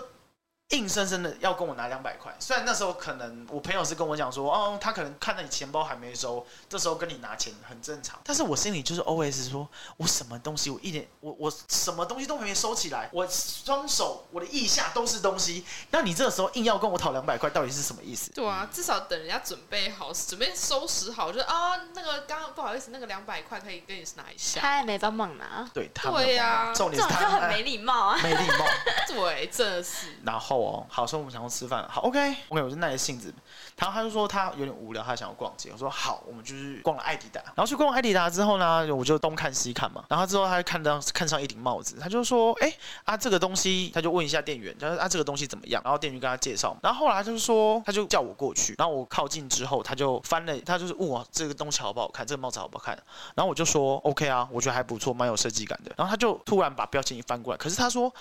[SPEAKER 4] 硬生生的要跟我拿两百块。虽然那时候可能我朋友是跟我讲说，哦，他可能看到你钱包还没收，这时候跟你拿钱很正常。但是我心里就是 always 说，我什么东西，我一点，我我什么东西都还没收起来，我双手，我的腋下都是东西。那你这时候硬要跟我讨两百块，到底是什么意思？
[SPEAKER 3] 对啊，至少等人家准备好，准备收拾好，就是啊，那个刚刚不好意思，那个两百块可以跟你拿一下。
[SPEAKER 2] 他也没帮忙拿，
[SPEAKER 4] 对，他没有
[SPEAKER 3] 对呀
[SPEAKER 4] 办法重
[SPEAKER 2] 啊这
[SPEAKER 4] 点是
[SPEAKER 2] 种就
[SPEAKER 4] 他哎
[SPEAKER 2] 很没礼貌啊。
[SPEAKER 4] 没礼貌。
[SPEAKER 3] 对，真的是。
[SPEAKER 4] 然后哦，好，说我们想要吃饭，好，OK，OK，、我就耐着性子。然后他就说他有点无聊，他想要逛街。我说好，我们就是逛了艾迪达。然后去逛艾迪达之后呢，我就东看西看嘛。然后之后他就看到看上一顶帽子，他就说，哎、啊这个东西，他就问一下店员，他说啊这个东西怎么样？然后店员跟他介绍。然后后来他就说，他就叫我过去。然后我靠近之后，他就翻了，他就是问我这个东西好不好看，这个帽子好不好看。然后我就说 OK 啊，我觉得还不错，蛮有设计感的。然后他就突然把标签一翻过来，可是他说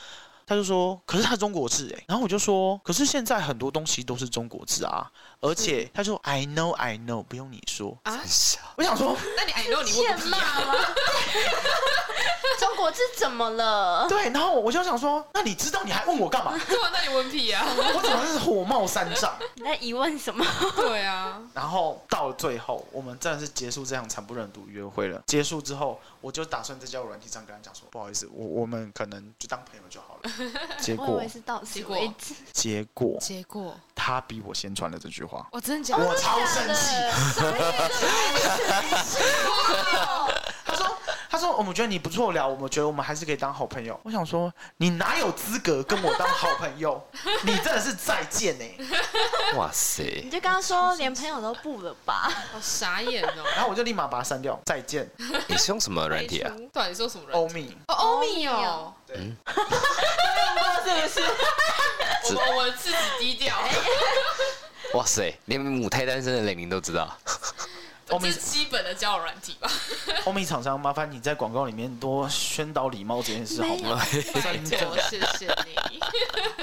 [SPEAKER 4] 他就说：“可是它中国制哎、然后我就说：“可是现在很多东西都是中国制啊。”而且他说：“I know, I know，不用你说。
[SPEAKER 3] 啊
[SPEAKER 1] 很小，”
[SPEAKER 4] 我想说，
[SPEAKER 3] 哎那你 I know 你问个屁啊！
[SPEAKER 2] 吗？ 中国字怎么了？
[SPEAKER 4] 对，然后我就想说，那你知道你还问我干嘛？
[SPEAKER 3] 对啊，那你问屁啊？
[SPEAKER 4] 我怎么是火冒三丈？
[SPEAKER 2] 你在疑问什么？
[SPEAKER 3] 对啊，
[SPEAKER 4] 然后到了最后，我们真的是结束这场惨不忍睹约会了。结束之后，我就打算在交友软体上跟他讲说，不好意思，我我们可能就当朋友就好 了。结
[SPEAKER 2] 我以
[SPEAKER 4] 果
[SPEAKER 2] 为是到此
[SPEAKER 3] 结果
[SPEAKER 2] 为止。
[SPEAKER 4] 结果
[SPEAKER 3] 结果
[SPEAKER 4] 他比我先传了这句话，
[SPEAKER 3] 我真的假的？
[SPEAKER 4] 我超生气。他说他说我们觉得你不错了，我们觉得我们还是可以当好朋友。我想说，你哪有资格跟我当好朋 友？你真的是再见欸呢、
[SPEAKER 1] 哇塞，
[SPEAKER 2] 你就跟他说，连朋友都不了吧？
[SPEAKER 3] 好傻眼哦！
[SPEAKER 4] 然后我就立马把他删掉，再见，
[SPEAKER 1] 你是用什么软体啊？
[SPEAKER 3] 到底说什么人？
[SPEAKER 4] 欧米。
[SPEAKER 3] 哦，欧米
[SPEAKER 2] 欧米
[SPEAKER 3] 哦
[SPEAKER 2] 哦，
[SPEAKER 4] 对
[SPEAKER 1] 嗯
[SPEAKER 3] 我
[SPEAKER 1] 是
[SPEAKER 3] 们我们自己低 调，
[SPEAKER 1] 哇塞，连母胎单身的玲玲都知道。
[SPEAKER 4] 欧
[SPEAKER 3] 这
[SPEAKER 4] 米
[SPEAKER 3] 是基本的交友软 体吧？
[SPEAKER 4] 欧米厂商，麻烦你在广告里面多宣导礼貌这件事好
[SPEAKER 2] 没
[SPEAKER 4] 吗？
[SPEAKER 3] 拜托，谢谢你。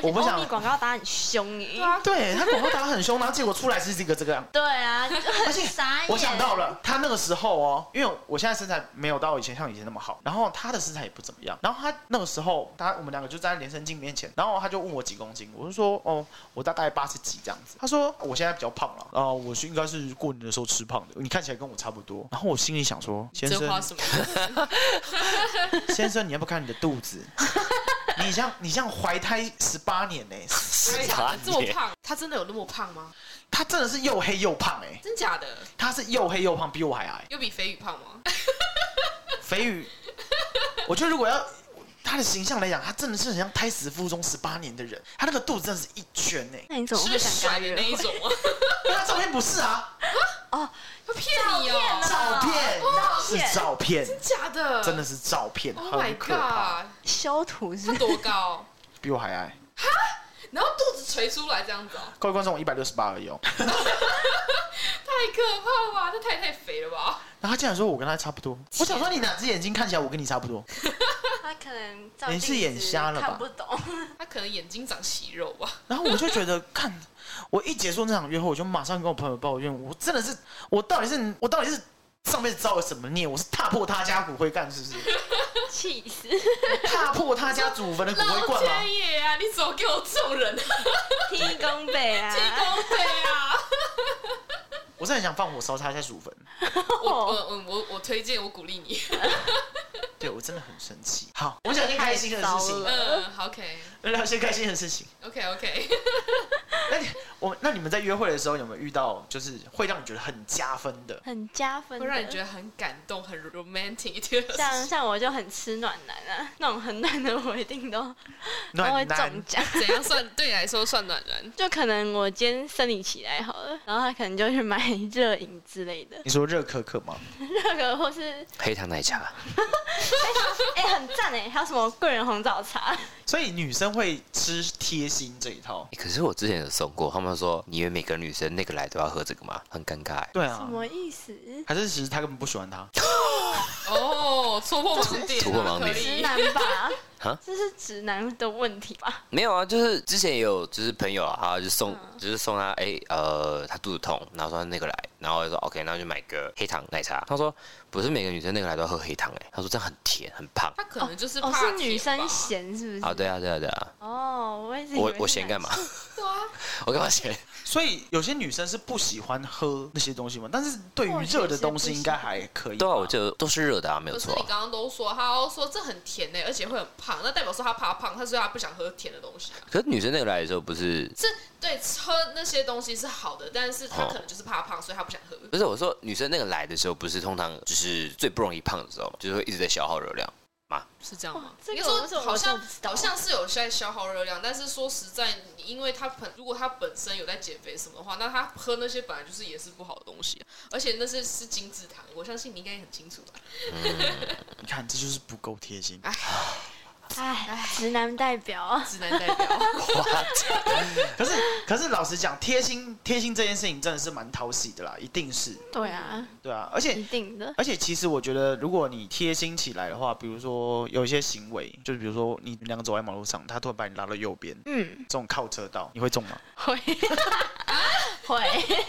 [SPEAKER 4] 我不
[SPEAKER 2] 欧
[SPEAKER 4] 想
[SPEAKER 2] 米。广告打很凶欸耶。
[SPEAKER 4] 对他广告打得很凶，然后结果出来是这个这个样。
[SPEAKER 2] 对啊，你 就很
[SPEAKER 4] 且
[SPEAKER 2] 傻眼。
[SPEAKER 4] 我想到了，他那个时候哦，因为我现在身材没有到以前像以前那么好，然后他的身材也不怎么样。然后他那个时候，他我们两个就站在连身镜面前，然后他就问我几公斤，我就说哦，我大概八十几这样子。他说我现在比较胖了，啊、我是应该是过年的时候吃胖的，你看起来跟我差不多。然后我心里想说，先
[SPEAKER 3] 这话什
[SPEAKER 4] 生，
[SPEAKER 3] 么意思？
[SPEAKER 4] 先生，你要不要看你的肚子？你像你像怀胎十八年呢、
[SPEAKER 1] 是
[SPEAKER 3] 假的这么
[SPEAKER 1] 你
[SPEAKER 3] 胖，他真的有那么胖吗？
[SPEAKER 4] 他真的是又黑又胖哎、
[SPEAKER 3] 真假的？
[SPEAKER 4] 他是又黑又胖，比我还矮。
[SPEAKER 3] 有比肥宇胖 吗？
[SPEAKER 4] 肥 宇，我觉得如果要他的形象来讲，他真的是很像胎死腹中十八年的人，他那个肚子真的是一圈呢、
[SPEAKER 2] 那你怎么
[SPEAKER 3] 是
[SPEAKER 2] 会想
[SPEAKER 3] 甩
[SPEAKER 2] 跟他约
[SPEAKER 3] 的那一
[SPEAKER 2] 会？
[SPEAKER 3] 种吗？
[SPEAKER 4] 因为他照片不是啊，
[SPEAKER 3] 他骗你哦，
[SPEAKER 4] 照片
[SPEAKER 2] 哇
[SPEAKER 4] 是照片，
[SPEAKER 3] 假的，
[SPEAKER 4] 真的是照片，
[SPEAKER 3] Oh my
[SPEAKER 4] 很可怕，
[SPEAKER 3] god！
[SPEAKER 2] 修图是
[SPEAKER 3] 他多高？
[SPEAKER 4] 比我还矮。
[SPEAKER 3] 然后肚子垂出来这样子哦，
[SPEAKER 4] 各位观众，我一百六十八而已哦。
[SPEAKER 3] 太可怕了吧！这太太肥了吧？
[SPEAKER 4] 然后他竟然说我跟他差不多， 我想说你哪只眼睛看起来我跟你差不多？
[SPEAKER 2] 他可能照
[SPEAKER 4] 你是
[SPEAKER 2] 镜子
[SPEAKER 4] 眼瞎了吧
[SPEAKER 2] 看不懂。
[SPEAKER 3] 他可能眼睛长息肉吧？
[SPEAKER 4] 然后我就觉得，看我一结束那场约会，我就马上跟我朋友抱怨，我真的是，我到底是我到底是上辈子造了什么孽？我是踏破他家骨灰干是不是？
[SPEAKER 2] 气死！
[SPEAKER 4] 踏破他家祖 坟的骨灰
[SPEAKER 3] 老
[SPEAKER 4] 罐吗？
[SPEAKER 3] 天爷啊！你怎么给我这种人啊？
[SPEAKER 2] 踢宫北啊
[SPEAKER 3] 鸡！公飞 啊！
[SPEAKER 4] 我是很想放火烧他一下祖坟，
[SPEAKER 3] 我我我我我推荐，我鼓励你。
[SPEAKER 4] 对我真的很生气。好， 我们讲一件开心的事情
[SPEAKER 2] 太糟，了
[SPEAKER 3] 嗯，OK
[SPEAKER 4] 来聊一些开心的事情。
[SPEAKER 3] OK OK。
[SPEAKER 4] 那你我那你们在约会的时候有没有遇到就是会让你觉得很加分的？
[SPEAKER 2] 很加分的，
[SPEAKER 3] 会让你觉得很感动、很 romantic 一点的事情。
[SPEAKER 2] 像像我就很吃暖男啊，那种很暖的我一定都都会
[SPEAKER 4] 暖男
[SPEAKER 2] 中，奖。
[SPEAKER 3] 怎样算对你来说算暖男？
[SPEAKER 2] 就可能我今天生理期来好了，然后他可能就去买热饮之类的，
[SPEAKER 4] 你说热可可吗？
[SPEAKER 2] 热个或是
[SPEAKER 1] 黑糖奶茶，
[SPEAKER 2] 哎、很赞哎，还有什么桂圆红枣茶，
[SPEAKER 4] 所以女生会吃贴心这一套。
[SPEAKER 1] 欸可是我之前有送过，他们说你以为每个女生那个来都要喝这个吗？很尴尬欸。
[SPEAKER 4] 对
[SPEAKER 2] 什
[SPEAKER 4] 啊，
[SPEAKER 2] 么意思？
[SPEAKER 4] 还是其实他根本不喜欢他。
[SPEAKER 3] 哦，戳破盲点啊，
[SPEAKER 1] 戳破盲点
[SPEAKER 3] 可
[SPEAKER 2] 直
[SPEAKER 3] 以。
[SPEAKER 2] 男 吧
[SPEAKER 1] 啊，
[SPEAKER 2] 这是直男的问题吧？
[SPEAKER 1] 没有啊，就是之前也有就是朋友啊，他就送、就是送他哎、呃他肚子痛，然后说那个来，然后我就说 OK，那就买个黑糖奶茶。他说不是每个女生那个来都要喝黑糖哎、他说这样很甜很胖
[SPEAKER 3] 他可能就是
[SPEAKER 2] 哦，
[SPEAKER 3] 怕
[SPEAKER 2] 是女
[SPEAKER 3] 甜
[SPEAKER 2] 生
[SPEAKER 3] 吧
[SPEAKER 2] 嫌是不是？
[SPEAKER 1] 啊，对啊对啊对啊，
[SPEAKER 2] 哦，我也是以为
[SPEAKER 1] 我
[SPEAKER 2] 是
[SPEAKER 1] 我嫌干
[SPEAKER 2] 男
[SPEAKER 1] 嘛？
[SPEAKER 2] 生？
[SPEAKER 3] 对啊，
[SPEAKER 1] 我干嘛嫌？
[SPEAKER 4] 所以有些女生是不喜欢喝那些东西嘛，但是对于热的东西应该还可以吧。
[SPEAKER 1] 对啊，我就都是热的啊，没有
[SPEAKER 3] 可是
[SPEAKER 1] 错
[SPEAKER 3] 你
[SPEAKER 1] 啊、
[SPEAKER 3] 刚刚都说，他都说这很甜欸呢，而且会很胖，那代表说他怕胖，他说他不想喝甜的东西啊。
[SPEAKER 1] 可是女生那个来的时候不是。
[SPEAKER 3] 是对喝那些东西是好的，但是他
[SPEAKER 1] 哦
[SPEAKER 3] 可能就是怕胖，所以他不想喝。
[SPEAKER 1] 不是我说，女生那个来的时候，不是通常就是最不容易胖的时候嘛，就是会一直在消耗热量。
[SPEAKER 3] 是这样吗
[SPEAKER 2] 哦？这个
[SPEAKER 3] 应该
[SPEAKER 2] 我是
[SPEAKER 3] 说
[SPEAKER 2] 我
[SPEAKER 3] 好像
[SPEAKER 2] 真的不知道
[SPEAKER 3] 好像是有在消耗热量，但是说实在，你因为他本如果他本身有在减肥什么的话，那他喝那些本来就是也是不好的东西，而且那些是精致糖，我相信你应该也很清楚吧？
[SPEAKER 4] 你看，这就是不够贴心。
[SPEAKER 2] 哎，直男代表啊，
[SPEAKER 3] 直男代表，
[SPEAKER 4] 可是可是老实讲，贴心贴心这件事情真的是蛮讨喜的啦，一定是
[SPEAKER 2] 对啊，
[SPEAKER 4] 对啊，而且
[SPEAKER 2] 一定的。
[SPEAKER 4] 而且其实我觉得，如果你贴心起来的话，比如说有一些行为，就是比如说你们两个走在马路上，他突然把你拉到右边，
[SPEAKER 2] 嗯，
[SPEAKER 4] 这种靠车道，你会中吗？
[SPEAKER 2] 会会。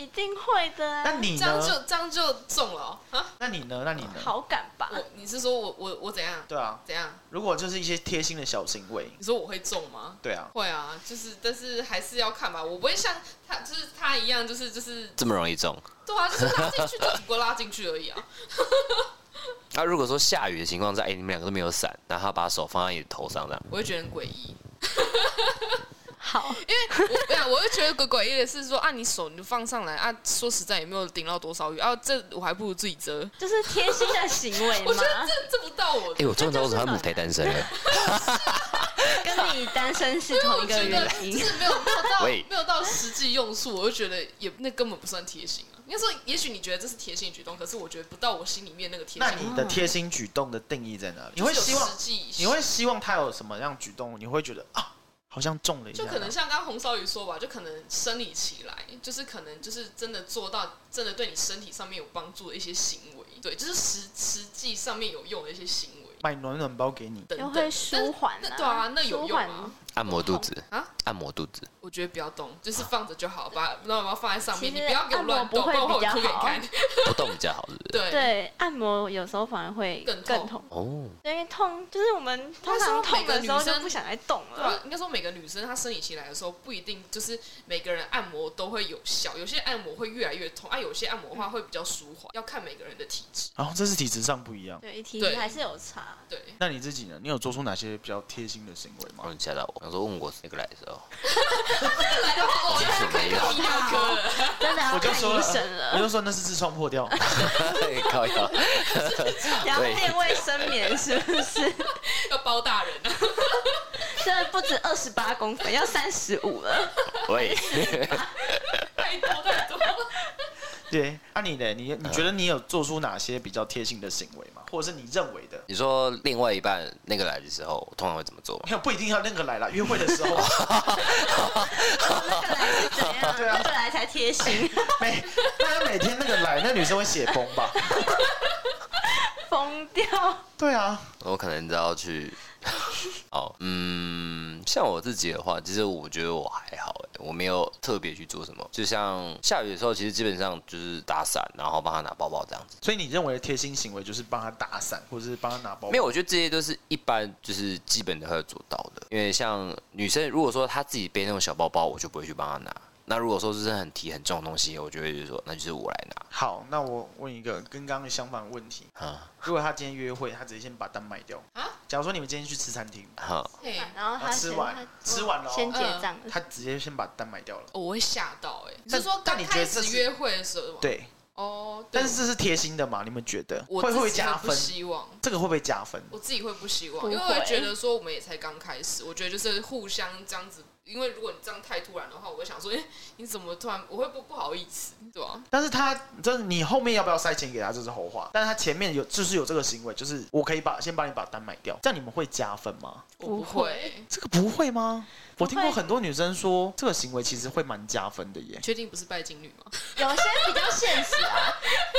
[SPEAKER 2] 一定会的啊、
[SPEAKER 4] 那你
[SPEAKER 3] 这样
[SPEAKER 4] 呢？
[SPEAKER 3] 就这样就中了哦啊！
[SPEAKER 4] 那你呢？那你呢？
[SPEAKER 2] 好感吧？
[SPEAKER 3] 我你是说我我我怎样
[SPEAKER 4] 对啊，
[SPEAKER 3] 怎样？
[SPEAKER 4] 如果就是一些贴心的小行为，
[SPEAKER 3] 你说我会中吗？
[SPEAKER 4] 对啊，
[SPEAKER 3] 会啊，就是但是还是要看吧，我不会像他就是他一样，就是就是
[SPEAKER 1] 这么容易中。
[SPEAKER 3] 对啊，就是拉进去就只不过拉进去而已啊。
[SPEAKER 1] 那、如果说下雨的情况下，哎、你们两个都没有伞，然后他把手放在你的头上这样，
[SPEAKER 3] 我会觉得很诡异，
[SPEAKER 2] 好，
[SPEAKER 3] 因为我 对啊，我会觉得诡诡异的是说啊，你手你就放上来啊，说实在也没有顶到多少雨啊，这我还不如自己遮。
[SPEAKER 2] 就是贴心的行为
[SPEAKER 3] 我觉得
[SPEAKER 2] 嘛，
[SPEAKER 3] 这这不到我
[SPEAKER 1] 哎、，我突然知道为什么他母胎单身了。
[SPEAKER 2] 跟你单身是
[SPEAKER 3] 因为
[SPEAKER 2] 同
[SPEAKER 3] 我
[SPEAKER 2] 一
[SPEAKER 3] 觉
[SPEAKER 2] 个
[SPEAKER 3] 得
[SPEAKER 2] 原
[SPEAKER 3] 就
[SPEAKER 2] 因。
[SPEAKER 3] 是没有没有 到
[SPEAKER 1] 喂
[SPEAKER 3] 没有到实际用处，我就觉得也那根本不算贴心啊。应该说，也许你觉得这是贴心的举动，可是我觉得不到我心里面那个贴
[SPEAKER 4] 那
[SPEAKER 3] 心。
[SPEAKER 4] 你的贴心举动的定义在哪里？你会
[SPEAKER 3] 就是
[SPEAKER 4] 希
[SPEAKER 3] 有
[SPEAKER 4] 望
[SPEAKER 3] 实际，
[SPEAKER 4] 你会希望他有什么样举动？你会觉得啊，好像中了一下
[SPEAKER 3] 就
[SPEAKER 4] 那
[SPEAKER 3] 可
[SPEAKER 4] 样，
[SPEAKER 3] 能像刚刚红烧鱼说吧，就可能生理期来，就是可能就是真的做到真的对你身体上面有帮助的一些行为，对，就是实实际上面有用的一些行为
[SPEAKER 4] 买暖暖包给你。
[SPEAKER 3] 等
[SPEAKER 2] 又
[SPEAKER 3] 等。
[SPEAKER 2] 会
[SPEAKER 3] 但
[SPEAKER 2] 舒缓
[SPEAKER 3] 那
[SPEAKER 2] 啊
[SPEAKER 3] 对啊，那有
[SPEAKER 2] 舒
[SPEAKER 3] 用
[SPEAKER 2] 缓
[SPEAKER 3] 啊。
[SPEAKER 1] 按摩肚子
[SPEAKER 3] 啊
[SPEAKER 1] 按摩肚子，
[SPEAKER 3] 我觉得不要动，就是放着就好， 把那我要放在上面，
[SPEAKER 2] 其实
[SPEAKER 3] 你不要给我乱动，不
[SPEAKER 2] 按
[SPEAKER 3] 然
[SPEAKER 2] 摩
[SPEAKER 3] 我
[SPEAKER 2] 不会比较
[SPEAKER 3] 哭给你
[SPEAKER 2] 好
[SPEAKER 3] 看。
[SPEAKER 1] 不动比较好，是不是？
[SPEAKER 3] 对，
[SPEAKER 2] 对，按摩有时候反而会
[SPEAKER 3] 更
[SPEAKER 2] 更
[SPEAKER 3] 痛
[SPEAKER 2] 痛，
[SPEAKER 1] 哦，
[SPEAKER 2] 对因为痛就是我们通
[SPEAKER 3] 但是
[SPEAKER 2] 常
[SPEAKER 3] 每
[SPEAKER 2] 痛
[SPEAKER 3] 个
[SPEAKER 2] 的时候
[SPEAKER 3] 女生
[SPEAKER 2] 就不想再动
[SPEAKER 3] 对啊吧
[SPEAKER 2] 了。？
[SPEAKER 3] 应该说每个女生她生理期来的时候，不一定就是每个人按摩都会有效，有些按摩会越来越痛，啊，有些按摩的话会比较舒缓，要看每个人的体质。
[SPEAKER 4] 然后这是体质上不一样。
[SPEAKER 2] 对，体
[SPEAKER 3] 对
[SPEAKER 2] 力还是有差。
[SPEAKER 3] 对，
[SPEAKER 4] 那你自己呢？你有做出哪些比较贴心的行为
[SPEAKER 1] 然后
[SPEAKER 4] 吗？
[SPEAKER 1] 你吓到我，想说问我那个来的时候，
[SPEAKER 3] 来的话，我
[SPEAKER 1] 其实没有
[SPEAKER 3] 泌尿科 了。
[SPEAKER 2] 真的
[SPEAKER 4] 我
[SPEAKER 2] 要
[SPEAKER 4] 就
[SPEAKER 2] 看
[SPEAKER 4] 说
[SPEAKER 2] 医生
[SPEAKER 4] 了，我
[SPEAKER 2] 了，
[SPEAKER 4] 就说那是痔疮破掉。
[SPEAKER 1] 靠腰，
[SPEAKER 2] 然后
[SPEAKER 1] 对
[SPEAKER 2] 练卫生棉是不是？
[SPEAKER 3] 要包大人啊！
[SPEAKER 2] 真的不止二十八公分，要三十五了。
[SPEAKER 1] 喂，
[SPEAKER 3] 太多太多。
[SPEAKER 4] 对，那、你呢？你你觉得你有做出哪些比较贴心的行为吗？或者是你认为的？
[SPEAKER 1] 你说另外一半那个来的时候，我通常会怎么做吗？
[SPEAKER 4] 没有，不一定要那个来了。约会的时候， 啊
[SPEAKER 2] 那个来是怎样？
[SPEAKER 4] 对啊
[SPEAKER 2] 那个来才贴心，
[SPEAKER 4] 每那每天那个来，那女生会血崩吧？
[SPEAKER 2] 疯掉。
[SPEAKER 4] 对啊，
[SPEAKER 1] 我可能都要去。 哦，嗯，像我自己的话，其实我觉得我还好，哎，我没有特别去做什么。就像下雨的时候，其实基本上就是打伞，然后帮他拿包包这样子。
[SPEAKER 4] 所以你认为的贴心行为就是帮他打伞，或者是帮他拿包包？
[SPEAKER 1] 没有，我觉得这些都是一般就是基本的会做到的。因为像女生，如果说她自己背那种小包包，我就不会去帮她拿。那如果说是很提很重的东西，我就会就是说，那就是我来拿。
[SPEAKER 4] 好，那我问一个跟刚刚相反的问题：
[SPEAKER 1] 啊
[SPEAKER 4] 如果他今天约会，他直接先把单卖掉
[SPEAKER 3] 啊
[SPEAKER 4] 假如说你们今天去吃餐厅，
[SPEAKER 1] 哈，
[SPEAKER 3] 嘿，
[SPEAKER 2] 然后
[SPEAKER 4] 然后
[SPEAKER 2] 他
[SPEAKER 4] 吃
[SPEAKER 2] 先
[SPEAKER 4] 完
[SPEAKER 2] 他
[SPEAKER 4] 吃完了、
[SPEAKER 2] 先
[SPEAKER 4] 哦，
[SPEAKER 2] 结账，
[SPEAKER 4] 他直接先把单卖掉了。
[SPEAKER 3] 哦我会吓到哎、你
[SPEAKER 4] 但
[SPEAKER 3] 是说
[SPEAKER 4] 但
[SPEAKER 3] 刚
[SPEAKER 4] 你觉
[SPEAKER 3] 开
[SPEAKER 4] 得这
[SPEAKER 3] 始
[SPEAKER 4] 是
[SPEAKER 3] 约会的时候吗？，
[SPEAKER 4] 对，
[SPEAKER 3] 哦，对
[SPEAKER 4] 但是这是贴心的嘛？你们觉得
[SPEAKER 3] 我
[SPEAKER 4] 会
[SPEAKER 3] 自己
[SPEAKER 4] 不会加
[SPEAKER 3] 不
[SPEAKER 4] 分？
[SPEAKER 3] 希望。
[SPEAKER 4] 这个会不会加分？
[SPEAKER 3] 我自己会不希望，
[SPEAKER 2] 不
[SPEAKER 3] 因
[SPEAKER 2] 会
[SPEAKER 3] 为我会觉得说我们也才刚开始，我觉得就是互相这样子，因为如果你这样太突然的话，我会想说，哎、你怎么突然？我会不不好意思，对吧、
[SPEAKER 4] 但是他这你后面要不要塞钱给他，这是后话。但是他前面有就是有这个行为，就是我可以把先帮你把单买掉，这样你们会加分吗？
[SPEAKER 3] 我不
[SPEAKER 2] 不
[SPEAKER 3] 会
[SPEAKER 2] 会，
[SPEAKER 4] 这个不会吗？
[SPEAKER 2] 不
[SPEAKER 4] 我
[SPEAKER 2] 会
[SPEAKER 4] 听过很多女生说，这个行为其实会蛮加分的耶。
[SPEAKER 3] 确定不是拜金女吗？
[SPEAKER 2] 有些比较现实 啊。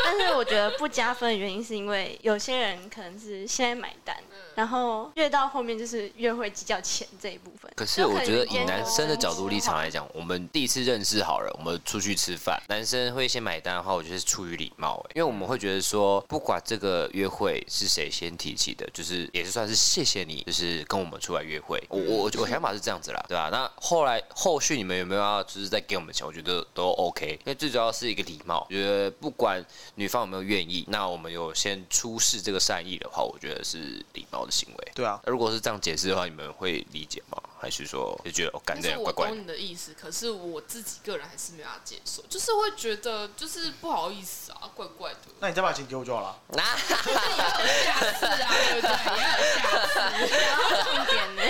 [SPEAKER 2] 但是我觉得不加分的原因是因为有些人可能是现在买单，然后越到后面就是越会计较钱这一部分。
[SPEAKER 1] 可是我觉得
[SPEAKER 2] 就可能
[SPEAKER 1] 以
[SPEAKER 2] 今天
[SPEAKER 1] 男生的角度立场
[SPEAKER 2] 有
[SPEAKER 1] 来讲，我们第一次认识好了，我们出去吃饭，男生会先买单的话，我觉得是出于礼貌、欸，因为我们会觉得说，不管这个约会是谁先提起的，就是也是算是谢谢你，就是跟我们出来约会。我我我我想法是这样子啦，对吧、那后来后续你们有没有要就是再给我们钱？我觉得都 OK，因为最主要是一个礼貌。我觉得不管女方有没有愿意，那我们有先出示这个善意的话，我觉得是礼貌的行为。
[SPEAKER 4] 对啊，
[SPEAKER 1] 那如果是这样解释的话，你们会理解吗？还是说就觉得哦，感
[SPEAKER 3] 但
[SPEAKER 1] 觉
[SPEAKER 3] 是
[SPEAKER 1] 怪
[SPEAKER 3] 我
[SPEAKER 1] 怪的
[SPEAKER 3] 懂？你的意思，可是我自己个人还是没办法接受，就是会觉得就是不好意思啊，怪怪的。
[SPEAKER 4] 那你再把钱给我就好了。
[SPEAKER 1] 那、
[SPEAKER 3] 也有下次啊，对不对？也有下次。
[SPEAKER 2] 重点 呢，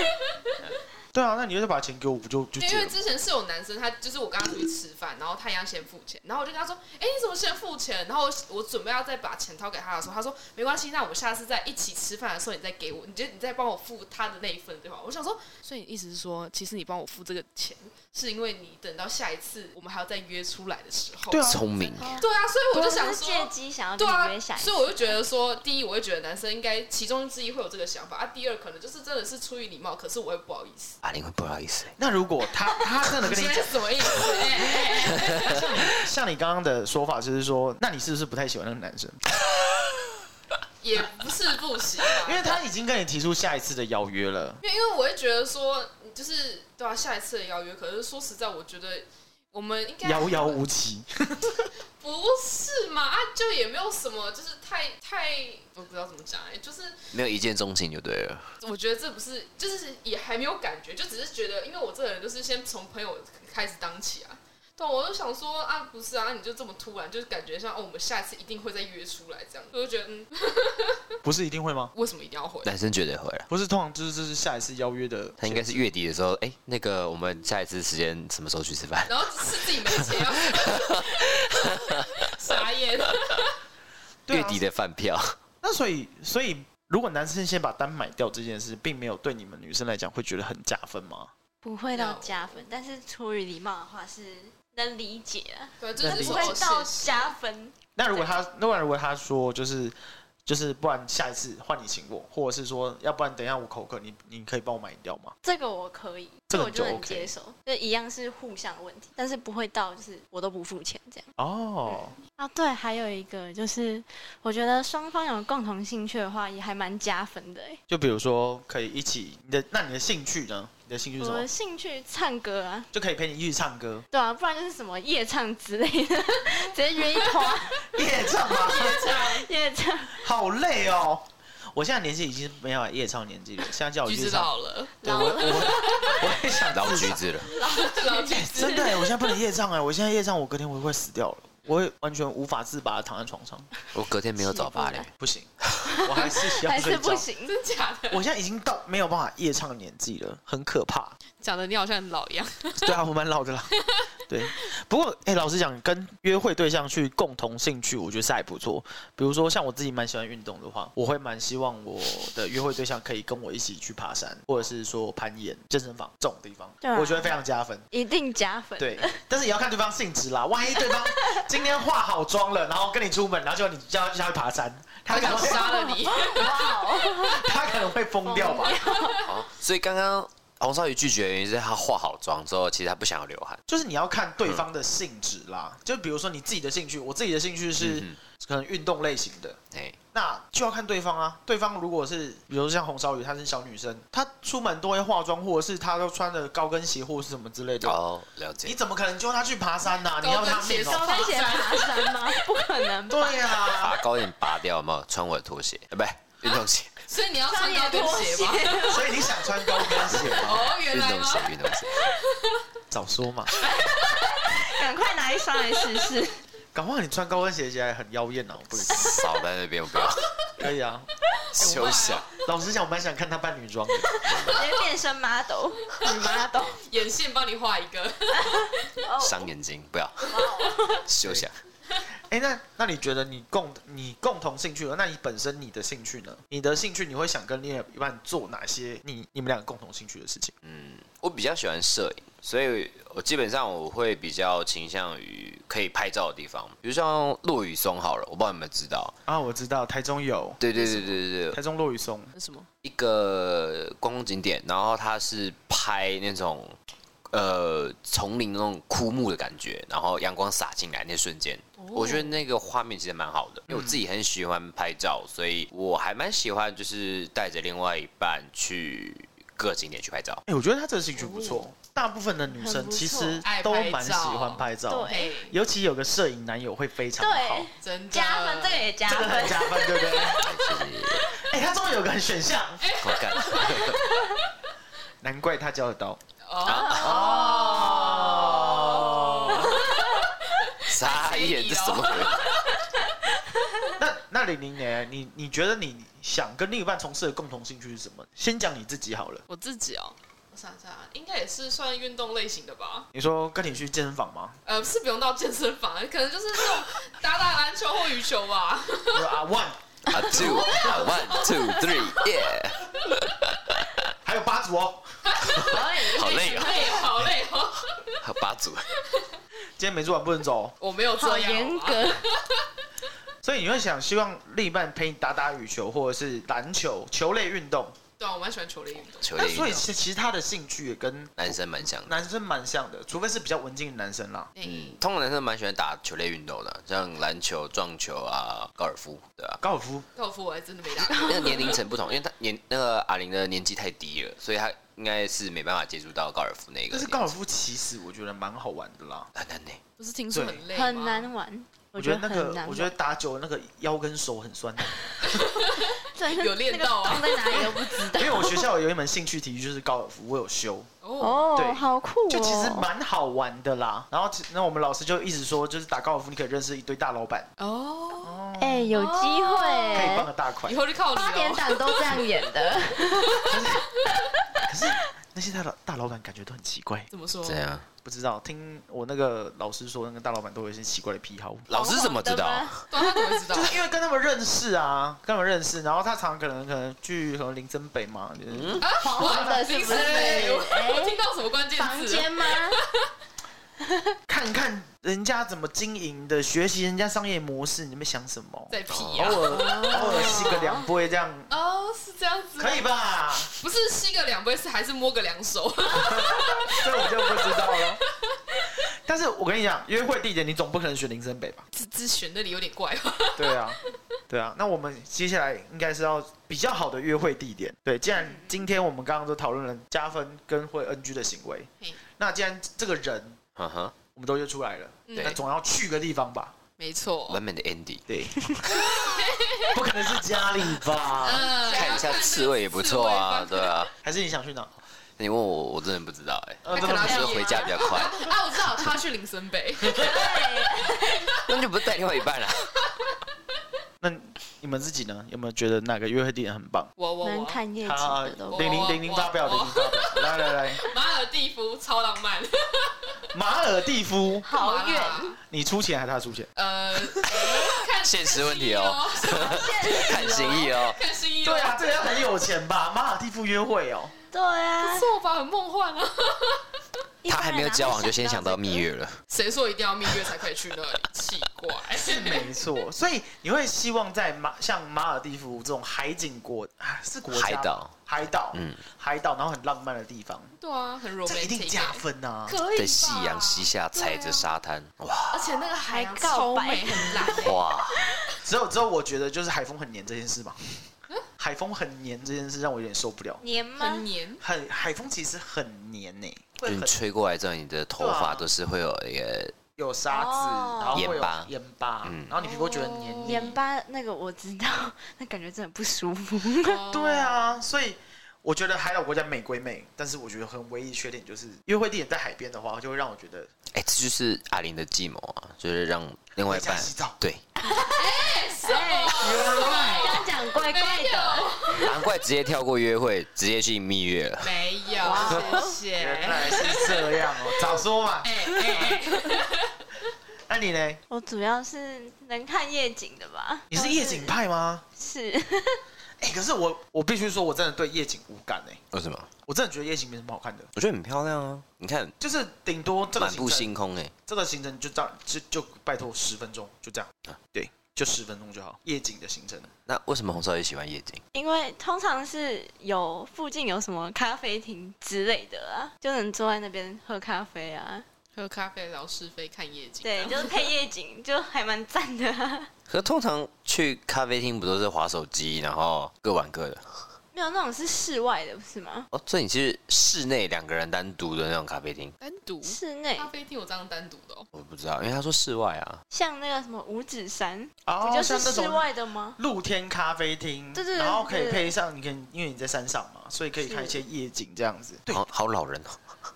[SPEAKER 4] 对啊，那你就把钱给我，我就就
[SPEAKER 3] 因
[SPEAKER 4] 结
[SPEAKER 3] 为
[SPEAKER 4] 了。
[SPEAKER 3] 之前是有男生，他就是我跟他出去吃饭，然后他一样先付钱，然后我就跟他说：“哎、你怎么先付钱？”然后我我准备要再把钱掏给他的时候，他说：“没关系，那我下次在一起吃饭的时候，你再给我，你就你再帮我付他的那一份，对吧？”我想说，所以你意思是说，其实你帮我付这个钱，是因为你等到下一次我们还要再约出来的时候，
[SPEAKER 4] 对啊
[SPEAKER 1] 聪明，
[SPEAKER 3] 对啊，所以我就想
[SPEAKER 2] 是
[SPEAKER 3] 说，
[SPEAKER 2] 借机想要
[SPEAKER 3] 对
[SPEAKER 2] 跟
[SPEAKER 3] 啊
[SPEAKER 2] 你约，下一
[SPEAKER 3] 所以我就觉得说，第一，我会觉得男生应该其中之一会有这个想法啊；第二，可能就是真的是出于礼貌，可是我会不好意思。
[SPEAKER 1] 阿玲不好意思，欸
[SPEAKER 4] 那如果他他真的跟你
[SPEAKER 3] 现在
[SPEAKER 4] 讲，
[SPEAKER 3] 什么意思？哎哎哎
[SPEAKER 4] 像你刚刚的说法，就是说，那你是不是不太喜欢那个男生？
[SPEAKER 3] 也不是不行啊，
[SPEAKER 4] 因为他已经跟你提出下一次的邀约了。
[SPEAKER 3] 因为因为我会觉得说，就是对啊，下一次的邀约。可是说实在，我觉得我们应该
[SPEAKER 4] 遥遥无期，
[SPEAKER 3] 不是嘛？啊，就也没有什么，就是太太，我不知道怎么讲哎、就是
[SPEAKER 1] 没有一见钟情就对了。
[SPEAKER 3] 我觉得这不是，就是也还没有感觉，就只是觉得，因为我这个人就是先从朋友开始当起啊。对，我就想说啊，不是啊，你就这么突然，就是感觉像哦，我们下一次一定会再约出来这样，我就觉得嗯，
[SPEAKER 4] 不是一定会吗？
[SPEAKER 3] 为什么一定要回？
[SPEAKER 1] 男生绝对会了，
[SPEAKER 4] 不是，通常就是这是下一次邀约的，
[SPEAKER 1] 他应该是月底的时候，哎、那个我们下一次时间什么时候去吃饭？
[SPEAKER 3] 然后是自己没钱要， 傻眼。
[SPEAKER 4] 对啊
[SPEAKER 1] 月底的饭 票，
[SPEAKER 4] 那所以，所以如果男生先把单买掉这件事，并没有对你们女生来讲会觉得很加分吗？
[SPEAKER 2] 不会到
[SPEAKER 3] No
[SPEAKER 2] 加分，但是出于礼貌的话是能理解啊，
[SPEAKER 3] 对，就是
[SPEAKER 2] 不
[SPEAKER 3] 说
[SPEAKER 2] 会
[SPEAKER 3] 哦
[SPEAKER 2] 到
[SPEAKER 3] 谢谢
[SPEAKER 2] 加分。
[SPEAKER 4] 那如果他，那如果他说就是就是，不然下一次换你请我，或者是说，要不然等一下我口渴，你你可以帮我买饮料吗？
[SPEAKER 2] 这个我可以，
[SPEAKER 4] 这个
[SPEAKER 2] 我就
[SPEAKER 4] 就
[SPEAKER 2] 能
[SPEAKER 4] OK
[SPEAKER 2] 接受，就一样是互相的问题，但是不会到就是我都不付钱这样。
[SPEAKER 4] 哦，
[SPEAKER 2] 啊，对，还有一个就是，我觉得双方有共同兴趣的话，也还蛮加分的诶。欸
[SPEAKER 4] 就比如说可以一起，你的那你的兴趣呢？你的兴趣是
[SPEAKER 2] 我
[SPEAKER 4] 什么
[SPEAKER 2] 的？兴趣唱歌啊，
[SPEAKER 4] 就可以陪你一起唱歌，
[SPEAKER 2] 对啊，不然就是什么夜唱之类 的，直接约一团
[SPEAKER 4] 夜唱吗？
[SPEAKER 2] 啊夜唱。
[SPEAKER 4] 好累哦。我现在年纪已经没有夜唱年纪了，现在叫我
[SPEAKER 3] 橘
[SPEAKER 4] 去
[SPEAKER 3] 子
[SPEAKER 4] 唱，
[SPEAKER 3] 老了，
[SPEAKER 4] 对我我我也想
[SPEAKER 1] 老
[SPEAKER 4] 自
[SPEAKER 1] 橘
[SPEAKER 4] 杀
[SPEAKER 1] 子了，
[SPEAKER 3] 老橘子
[SPEAKER 4] 真的耶，我现在不能夜唱哎，我现在夜唱，我隔天我会死掉了，我会完全无法自拔的躺在床上，
[SPEAKER 1] 我隔天没有早八嘞
[SPEAKER 2] 起，
[SPEAKER 4] 不行，我还是需要
[SPEAKER 2] 还
[SPEAKER 4] 睡
[SPEAKER 2] 是
[SPEAKER 4] 觉
[SPEAKER 2] 不。行，
[SPEAKER 3] 真假的？
[SPEAKER 4] 我现在已经到没有办法夜唱的年纪了，很可怕。
[SPEAKER 3] 讲的你好像很老一样，
[SPEAKER 4] 对啊，我蛮老的啦。对，不过哎、老实讲，跟约会对象去共同兴趣，我觉得是还不错。比如说像我自己蛮喜欢运动的话，我会蛮希望我的约会对象可以跟我一起去爬山，或者是说攀岩、健身房这种地方，
[SPEAKER 2] 对啊
[SPEAKER 4] 我觉得非常加分。
[SPEAKER 2] 一定加分。
[SPEAKER 4] 对，但是也要看对方性质啦。万一对方今天化好妆了，然后跟你出门，然后就你叫他去爬山，他
[SPEAKER 3] 他
[SPEAKER 4] 可能
[SPEAKER 3] 想
[SPEAKER 4] 会
[SPEAKER 3] 杀了你。
[SPEAKER 4] 他可能会疯掉吧。
[SPEAKER 1] 哦，所以刚刚红烧鱼拒绝的原因是他化好妆之后，其实他不想要流汗。
[SPEAKER 4] 就是你要看对方的性质啦。就比如说你自己的兴趣，我自己的兴趣是
[SPEAKER 1] 嗯
[SPEAKER 4] 可能运动类型的，
[SPEAKER 1] 哼，哎、
[SPEAKER 4] 那就要看对方啊。对方如果是，比如说像红烧鱼，她是小女生，她出门都会化妆，或者是她都穿着高跟鞋或是什么之类的。
[SPEAKER 1] 哦，了
[SPEAKER 4] 你
[SPEAKER 1] 解。
[SPEAKER 4] 怎么可能揪她去爬山呐、你要她命
[SPEAKER 3] 高
[SPEAKER 4] 哦、
[SPEAKER 2] 高跟鞋爬山 吗？不可能吧。
[SPEAKER 4] 对啊呀、
[SPEAKER 1] 把高点拔掉，有没有？穿我的拖鞋，呃，不对，运动鞋，
[SPEAKER 3] 所以你要穿高跟鞋吗？
[SPEAKER 4] 所以你想穿高跟鞋吗？
[SPEAKER 3] 哦，原
[SPEAKER 1] 运
[SPEAKER 3] 来
[SPEAKER 1] 动
[SPEAKER 3] 吗？
[SPEAKER 1] 鞋，运动鞋。
[SPEAKER 4] 早说嘛，
[SPEAKER 2] 赶快拿一双来试 试。
[SPEAKER 4] 搞不好你穿高跟鞋起来很妖艳啊！我不行，
[SPEAKER 1] 少在那边，我不要
[SPEAKER 4] 可以啊。
[SPEAKER 1] 休想。
[SPEAKER 4] 老实讲，我蛮想看她扮女装的。
[SPEAKER 2] 直接变身 model，女 model。
[SPEAKER 3] 眼线帮你画一个，
[SPEAKER 1] 伤眼睛，不要，休想。
[SPEAKER 4] 哎、那那你觉得你共你共同兴趣了？那你本身你的兴趣呢？你的兴趣你会想跟另一半做哪些你你们俩共同兴趣的事情？
[SPEAKER 1] 我比较喜欢摄影，所以我基本上我会比较倾向于可以拍照的地方，比如像落雨松好了，我不知道你们知道。
[SPEAKER 4] 啊，我知道台中有
[SPEAKER 1] 对对对对对对，
[SPEAKER 4] 台中落雨松，
[SPEAKER 3] 那什么？
[SPEAKER 1] 一个观光景点，然后它是拍那种呃丛林那种枯木的感觉，然后阳光洒进来那瞬间，
[SPEAKER 4] 哦
[SPEAKER 1] 我觉得那个画面其实蛮好的。
[SPEAKER 4] 嗯
[SPEAKER 1] 因为我自己很喜欢拍照，所以我还蛮喜欢就是带着另外一半去各景点去拍 照。
[SPEAKER 4] 哎、我觉得他这个兴趣不错。大部分的女
[SPEAKER 5] 很
[SPEAKER 4] 生
[SPEAKER 5] 不错
[SPEAKER 4] 其实
[SPEAKER 3] 爱
[SPEAKER 4] 都
[SPEAKER 3] 拍
[SPEAKER 4] 蛮喜
[SPEAKER 3] 照
[SPEAKER 4] 欢拍照，
[SPEAKER 2] 对
[SPEAKER 3] 哎，
[SPEAKER 4] 尤其有个摄影男友会非常好
[SPEAKER 2] 对，，
[SPEAKER 3] 真的
[SPEAKER 2] 加分，这个也加
[SPEAKER 4] 这个
[SPEAKER 2] 分
[SPEAKER 4] 很。加分，对不对？
[SPEAKER 1] 谢谢，
[SPEAKER 4] 哎、他终于有个选项，
[SPEAKER 1] 好看。
[SPEAKER 4] 难怪他交得到。
[SPEAKER 3] 哦，
[SPEAKER 1] 傻眼，这什么鬼？
[SPEAKER 4] 那那玲玲呢？你你觉得你想跟另一半从事的共同兴趣是什么？先讲你自己好了。
[SPEAKER 3] 我自己哦，我想想啊，应该也是算运动类型的吧。
[SPEAKER 4] 你说跟你去健身房吗？
[SPEAKER 3] 呃，是不用到健身房，可能就是那种打打篮球或羽球吧。
[SPEAKER 4] 我说啊，one，
[SPEAKER 1] 啊，two 啊，one two three，yeah，
[SPEAKER 4] 还有八组哦。
[SPEAKER 1] 好累啊，
[SPEAKER 3] 累，好累哦。
[SPEAKER 1] 还有八组，
[SPEAKER 4] 今天没做完不能走，
[SPEAKER 3] 我没有这
[SPEAKER 2] 好
[SPEAKER 3] 样，
[SPEAKER 2] 严格，
[SPEAKER 4] 所以你会想希望另一半陪你打打羽球或者是篮球球类运动，
[SPEAKER 3] 对啊，我蛮喜欢球类运动。
[SPEAKER 1] 球
[SPEAKER 4] 那
[SPEAKER 1] 类运
[SPEAKER 4] 所以
[SPEAKER 1] 动，
[SPEAKER 4] 其其实他的兴趣也跟
[SPEAKER 1] 男生蛮像的。
[SPEAKER 4] 男生蛮像的，除非是比较文静的男生啦。
[SPEAKER 1] 嗯，通常男生蛮喜欢打球类运动的，像篮球、撞球啊、高尔夫，对 吧、
[SPEAKER 4] 高尔夫
[SPEAKER 3] 高尔夫哎我还真的没打过。
[SPEAKER 1] 那个年龄层不同，因为他年那个阿玲的年纪太低了，所以他应该是没办法接触到高尔夫那个。
[SPEAKER 4] 但是高尔夫其实我觉得蛮好玩的啦。
[SPEAKER 1] 很难呢，
[SPEAKER 3] 不是听说
[SPEAKER 4] 对
[SPEAKER 3] 很累吗
[SPEAKER 2] 很难。玩。
[SPEAKER 4] 我
[SPEAKER 2] 觉
[SPEAKER 4] 觉得那
[SPEAKER 2] 很
[SPEAKER 4] 个
[SPEAKER 2] 难，
[SPEAKER 4] 我觉得
[SPEAKER 2] 玩
[SPEAKER 4] 打久了那个腰跟手 很酸。
[SPEAKER 2] 对
[SPEAKER 3] 有练
[SPEAKER 2] 那个
[SPEAKER 3] 到啊
[SPEAKER 2] 痛在哪里都不 知道
[SPEAKER 4] 因。为我学校有一门兴趣体育就是高尔夫，我有修，
[SPEAKER 3] 哦，
[SPEAKER 2] 哦
[SPEAKER 4] 对，
[SPEAKER 2] 好酷哦！
[SPEAKER 4] 就其实蛮好玩的啦。然后其那我们老师就一直说，就是打高尔夫你可以认识一堆大老板，
[SPEAKER 3] 哦，
[SPEAKER 2] 哎、有机会、
[SPEAKER 3] 哦
[SPEAKER 4] 可以帮个大款
[SPEAKER 3] 以。后就靠你
[SPEAKER 2] 八点
[SPEAKER 3] 了。
[SPEAKER 2] 档都这样演的，
[SPEAKER 4] 可是那些大老大老板感觉都很奇怪，
[SPEAKER 3] 怎么说？
[SPEAKER 1] 这样
[SPEAKER 4] 不知道听我那个老师说，那个大老板都有一些奇怪的癖好。
[SPEAKER 1] 老师怎么知道？
[SPEAKER 3] 对啊，他怎么会知道
[SPEAKER 4] 就？是因为跟他们认识啊，跟他们认识，然后他常可能可能去什么林森北嘛，就是
[SPEAKER 2] 黄黄的是不是？
[SPEAKER 3] 哎我
[SPEAKER 2] 哎
[SPEAKER 3] 听到什么关 键
[SPEAKER 2] 房
[SPEAKER 3] 字？
[SPEAKER 2] 间吗？
[SPEAKER 4] 看看人家怎么经营的，学习人家商业模式，你们想什么？
[SPEAKER 3] 在屁
[SPEAKER 4] 偶
[SPEAKER 3] 呀！
[SPEAKER 4] 尔偶尔吸个两杯这样，
[SPEAKER 3] 哦，是这样子，
[SPEAKER 4] 可以？ 吧？
[SPEAKER 3] 不是吸个两杯，是还是摸个两手？
[SPEAKER 4] 这我就不知道了。但是我跟你讲，约会地点你总不可能选林森北吧？
[SPEAKER 3] 这这选那里有点怪哦吧？
[SPEAKER 4] 对 啊，对啊。那我们接下来应该是要比较好的约会地点。对，既然今天我们刚刚都讨论了加分跟会 NG 的行为
[SPEAKER 3] 嘿，
[SPEAKER 4] 那既然这个人
[SPEAKER 1] 嗯哼，
[SPEAKER 4] 我们都约出来了，
[SPEAKER 3] 嗯
[SPEAKER 4] 那总要去个地方吧？
[SPEAKER 3] 没错
[SPEAKER 1] 完，美的 Andy，
[SPEAKER 4] 对， 不可能是家里 吧？
[SPEAKER 3] 嗯，
[SPEAKER 1] 看一下刺猬也不错啊，对 啊。
[SPEAKER 4] 还是你想去哪？
[SPEAKER 1] 那你问我，我真的不知道哎、
[SPEAKER 4] 呃
[SPEAKER 3] 那可能
[SPEAKER 1] 我
[SPEAKER 3] 要
[SPEAKER 1] 只是回家比较 快，
[SPEAKER 3] 啊，我知道，他去林森北，
[SPEAKER 1] 那就不是带另外一半了。啊
[SPEAKER 4] 呃那你们自己呢？有没有觉得哪个约会地点很棒？
[SPEAKER 3] 我我
[SPEAKER 2] 能
[SPEAKER 3] 我，
[SPEAKER 2] 看夜景
[SPEAKER 4] 好，
[SPEAKER 2] 的都
[SPEAKER 3] 我
[SPEAKER 4] 零零零零发表，零零发 表，来来来，
[SPEAKER 3] 马尔蒂夫超浪漫，
[SPEAKER 4] 马尔蒂夫，
[SPEAKER 2] 好远，
[SPEAKER 4] 你出钱还是他出钱？
[SPEAKER 3] 呃， 看
[SPEAKER 1] 现实问题哦， 看心意哦，
[SPEAKER 3] 看心意哦，
[SPEAKER 4] 对啊，，这个要很有钱吧？马尔蒂夫约会哦，
[SPEAKER 2] 对啊
[SPEAKER 3] 不，错吧，很梦幻啊。
[SPEAKER 2] 一
[SPEAKER 1] 他还
[SPEAKER 2] 般人哪会
[SPEAKER 1] 没有交往就先想到蜜
[SPEAKER 2] 这个。
[SPEAKER 1] 月了。
[SPEAKER 3] 谁说一定要蜜月才可以去那里？ 奇怪，
[SPEAKER 4] 是没错。所以你会希望在马像马尔蒂夫这种海景国啊是国家吗
[SPEAKER 1] 海岛，
[SPEAKER 4] 海岛，嗯
[SPEAKER 1] 嗯，
[SPEAKER 4] 海岛，然后很浪漫的地方，
[SPEAKER 3] 对啊，很
[SPEAKER 4] 这个
[SPEAKER 3] romantic，
[SPEAKER 4] 一定加分啊！
[SPEAKER 3] 可以吧
[SPEAKER 1] 在夕阳西，下踩着沙滩，哇
[SPEAKER 3] 而且那个海洋
[SPEAKER 2] 还
[SPEAKER 3] 超
[SPEAKER 2] 告白
[SPEAKER 3] 美，很 蓝欸。
[SPEAKER 1] 哇，
[SPEAKER 4] 只有只有我觉得就是海风很黏这件事吧，海风很黏这件事让我有点受不了。
[SPEAKER 2] 年吗
[SPEAKER 3] 很？黏，
[SPEAKER 4] 很海风其实很黏呢、
[SPEAKER 1] 就
[SPEAKER 4] 会
[SPEAKER 1] 你
[SPEAKER 4] 很
[SPEAKER 1] 吹过来之后，你的头发都是会有一个
[SPEAKER 4] 有沙子，
[SPEAKER 2] 哦
[SPEAKER 4] 然后会有
[SPEAKER 1] 盐巴
[SPEAKER 4] 盐巴，
[SPEAKER 1] 嗯
[SPEAKER 4] 然后你皮肤觉得黏
[SPEAKER 3] 哦
[SPEAKER 4] 腻。
[SPEAKER 2] 盐巴那个我知道，那感觉真的不舒服。
[SPEAKER 4] 对啊，所以我觉得海岛国家美归美，但是我觉得很唯一的缺点就是约会地点在海边的话，就会让我觉得
[SPEAKER 1] 哎、这就是阿玲的计谋啊，就是让另外一
[SPEAKER 4] 回
[SPEAKER 1] 半
[SPEAKER 4] 家洗澡
[SPEAKER 1] 对，
[SPEAKER 2] 哎，刚讲怪怪的，
[SPEAKER 1] 难怪直接跳过约会，直接去蜜月了。
[SPEAKER 3] 没
[SPEAKER 2] 哇
[SPEAKER 3] 有，谢
[SPEAKER 4] 原
[SPEAKER 3] 谢。
[SPEAKER 4] 来是这样哦，早说嘛。
[SPEAKER 3] 哎哎，哎
[SPEAKER 4] 那你呢？
[SPEAKER 2] 我主要是能看夜景的吧？
[SPEAKER 4] 你是夜景派吗？
[SPEAKER 2] 是，
[SPEAKER 4] 哎、可是我我必须说，我真的对夜景无感哎、
[SPEAKER 1] 为什么？
[SPEAKER 4] 我真的觉得夜景没什么好看的，
[SPEAKER 1] 我觉得很漂亮啊！你看
[SPEAKER 4] 就是顶多这个
[SPEAKER 1] 满
[SPEAKER 4] 行
[SPEAKER 1] 布
[SPEAKER 4] 程，
[SPEAKER 1] 星空哎、
[SPEAKER 4] 这个行程就这样，就就拜托十分钟，就这样
[SPEAKER 1] 啊，
[SPEAKER 4] 对，就十分钟就好。夜景的行程，
[SPEAKER 1] 那为什么红少也喜欢夜景？
[SPEAKER 2] 因为通常是有附近有什么咖啡厅之类的啊，就能坐在那边喝咖啡啊。
[SPEAKER 3] 喝咖啡聊是非，看夜景。 啊
[SPEAKER 2] 对，就是配夜景，就还蛮赞的、啊。
[SPEAKER 1] 可是通常去咖啡厅不都是划手机，然后各玩各的
[SPEAKER 2] 没有那种是室外的，不是吗？
[SPEAKER 1] 哦？所以你是室内两个人单独的那种咖啡厅？
[SPEAKER 3] 单独
[SPEAKER 2] 室内
[SPEAKER 3] 咖啡厅有这样单独的哦。
[SPEAKER 1] 我不知道，因为他说室外啊。
[SPEAKER 2] 像那个什么五指山，
[SPEAKER 4] 哦
[SPEAKER 2] 不就
[SPEAKER 4] 像
[SPEAKER 2] 是
[SPEAKER 4] 那种
[SPEAKER 2] 室外的 吗？
[SPEAKER 4] 露天咖啡厅，
[SPEAKER 2] 对对对
[SPEAKER 4] 然后可以
[SPEAKER 2] 对
[SPEAKER 4] 配上，你可以因为你在山上嘛，所以可以
[SPEAKER 2] 是
[SPEAKER 4] 看一些夜景这样子。对，
[SPEAKER 1] 好好老人哦，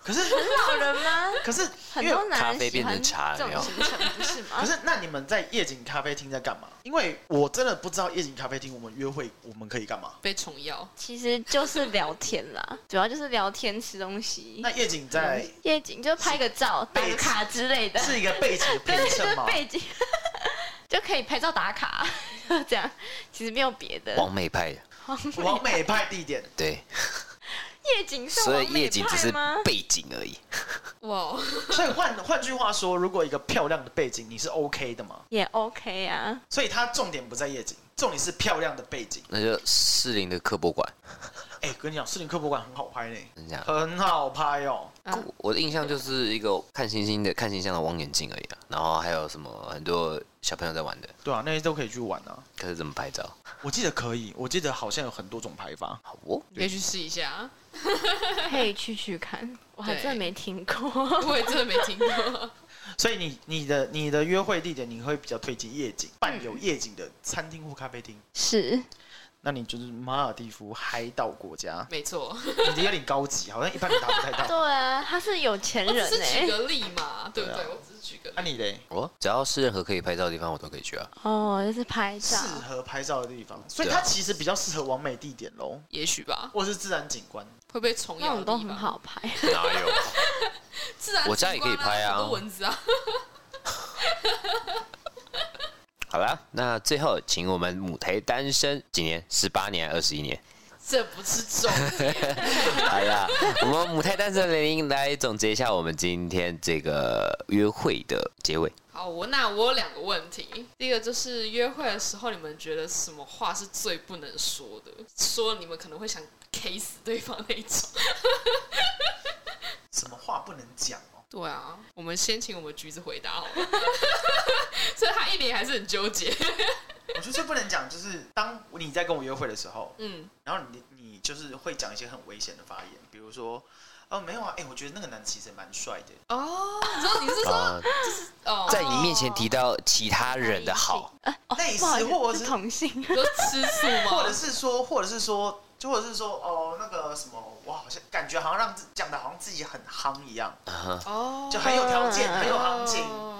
[SPEAKER 4] 可是
[SPEAKER 2] 老人吗？
[SPEAKER 4] 可是
[SPEAKER 2] 很
[SPEAKER 4] 因为
[SPEAKER 2] 多男
[SPEAKER 1] 咖
[SPEAKER 2] 人
[SPEAKER 1] 啡
[SPEAKER 2] 喜
[SPEAKER 1] 变
[SPEAKER 2] 欢
[SPEAKER 1] 成茶了
[SPEAKER 2] 这种行程，不是吗？
[SPEAKER 4] 可是那你们在夜景咖啡厅在干嘛？因为我真的不知道夜景咖啡厅我们约会我们可以干嘛。
[SPEAKER 3] 被虫药，
[SPEAKER 2] 其实就是聊天啦，主要就是聊天、吃东西
[SPEAKER 4] 那。夜景在
[SPEAKER 2] 夜景就拍个照、打
[SPEAKER 4] 背
[SPEAKER 2] 个
[SPEAKER 4] 景
[SPEAKER 2] 卡之类的，
[SPEAKER 4] 是一个背景的
[SPEAKER 2] 对，
[SPEAKER 4] 配
[SPEAKER 2] 就
[SPEAKER 4] 衬
[SPEAKER 2] 是
[SPEAKER 4] 吗？
[SPEAKER 2] 背景 就可以拍照打卡， 就这样。其实没有别
[SPEAKER 4] 呃
[SPEAKER 2] 的，
[SPEAKER 1] 王美派的，
[SPEAKER 4] 完美派地点，
[SPEAKER 1] 对，
[SPEAKER 2] 夜景算
[SPEAKER 1] 所
[SPEAKER 2] 完
[SPEAKER 1] 以夜景只
[SPEAKER 2] 美
[SPEAKER 1] 是
[SPEAKER 2] 派吗？
[SPEAKER 1] 背景而已。
[SPEAKER 3] 哇，
[SPEAKER 4] 所以换换句话说，如果一个漂亮的背景你是 OK 的嘛？
[SPEAKER 2] 也 OK 啊，
[SPEAKER 4] 所以它重点不在夜景，重点是漂亮的背景。
[SPEAKER 1] 那就适龄的科博馆，
[SPEAKER 4] 哎、哎、跟你讲，士林科博馆很好拍呢、
[SPEAKER 1] 真假的？
[SPEAKER 4] 很好拍哦、
[SPEAKER 3] 嗯
[SPEAKER 1] 我的印象就是一个看星星的看星象的望远镜而已啊，然后还有什么很多小朋友在玩的，
[SPEAKER 4] 对啊，那些都可以去玩啊。
[SPEAKER 1] 可是怎么拍照？
[SPEAKER 4] 我记得可以，我记得好像有很多种拍法。
[SPEAKER 1] 好哦，
[SPEAKER 3] 你可以去试一下。啊
[SPEAKER 2] 可以去去看，我还
[SPEAKER 3] 对
[SPEAKER 2] 真的没听 过。
[SPEAKER 3] 我也真的没听过。
[SPEAKER 4] 所以你你的你的约会地点，你会比较推荐夜景，伴有夜景的餐厅或咖啡厅。
[SPEAKER 2] 是，
[SPEAKER 4] 那你就是马尔蒂夫海岛国家，
[SPEAKER 3] 没错，
[SPEAKER 4] 你的有点高级，好像一般人达不太 到。
[SPEAKER 2] 对啊，他是有钱
[SPEAKER 3] 我
[SPEAKER 2] 人
[SPEAKER 3] 只哦是
[SPEAKER 2] 哎、
[SPEAKER 3] 举个例 嘛，欸对不
[SPEAKER 4] 对
[SPEAKER 3] 对？
[SPEAKER 4] 啊
[SPEAKER 3] 我只是举个
[SPEAKER 4] 那、
[SPEAKER 3] 例。
[SPEAKER 4] 你嘞？
[SPEAKER 1] 哦，只要是任何可以拍照的地方，我都可以去啊。
[SPEAKER 2] 哦，就是拍
[SPEAKER 4] 适
[SPEAKER 2] 照，
[SPEAKER 4] 合拍照的地方，所以
[SPEAKER 1] 对啊
[SPEAKER 4] 它其实比较适合完美地点喽，
[SPEAKER 3] 也许吧，
[SPEAKER 4] 或是自然景观。
[SPEAKER 3] 会被虫
[SPEAKER 2] 那
[SPEAKER 3] 咬的
[SPEAKER 2] 种都
[SPEAKER 3] 地
[SPEAKER 2] 很
[SPEAKER 3] 方，
[SPEAKER 2] 好拍。
[SPEAKER 1] 哪有？
[SPEAKER 3] 自然
[SPEAKER 1] 我家也可以
[SPEAKER 3] 景观
[SPEAKER 1] 拍啊
[SPEAKER 3] 很多蚊子啊，
[SPEAKER 1] 好啦，那最后请我们母胎单身几年？十八年还啊是二十一年？
[SPEAKER 3] 这不是重 点。
[SPEAKER 1] 哎呀，我们母胎单身的年龄来总结一下我们今天这个约会的结尾。
[SPEAKER 3] 好，我那我有两个问题，第一个就是约会的时候，你们觉得什么话是最不能说的？说了你们可能会想 K 死对方那一种。
[SPEAKER 4] 什么话不能讲哦？
[SPEAKER 3] 对啊，我们先请我们橘子回答 好了，所以他一脸还是很纠结。
[SPEAKER 4] 我觉得最不能讲就是当你在跟我约会的时候，
[SPEAKER 3] 嗯，
[SPEAKER 4] 然后你你就是会讲一些很危险的发言，比如说，哦没有啊，哎、我觉得那个男的其实蛮帅的，
[SPEAKER 3] 哦，你说你是 说
[SPEAKER 1] 啊、
[SPEAKER 3] 哦，
[SPEAKER 1] 在你面前提到其他人的好，
[SPEAKER 4] 类似
[SPEAKER 2] 啊哦不好
[SPEAKER 4] 或
[SPEAKER 2] 意
[SPEAKER 4] 者
[SPEAKER 2] 思，是
[SPEAKER 4] 是
[SPEAKER 2] 同性，
[SPEAKER 3] 你说吃素吗？
[SPEAKER 4] 或者是说，或者是说，就或者是说，哦，那个什么，我好像感觉好像让自讲的好像自己很夯一样，
[SPEAKER 1] 啊
[SPEAKER 3] 哦，
[SPEAKER 4] 就很有条件，
[SPEAKER 2] 嗯
[SPEAKER 4] 很有行情。
[SPEAKER 3] 哦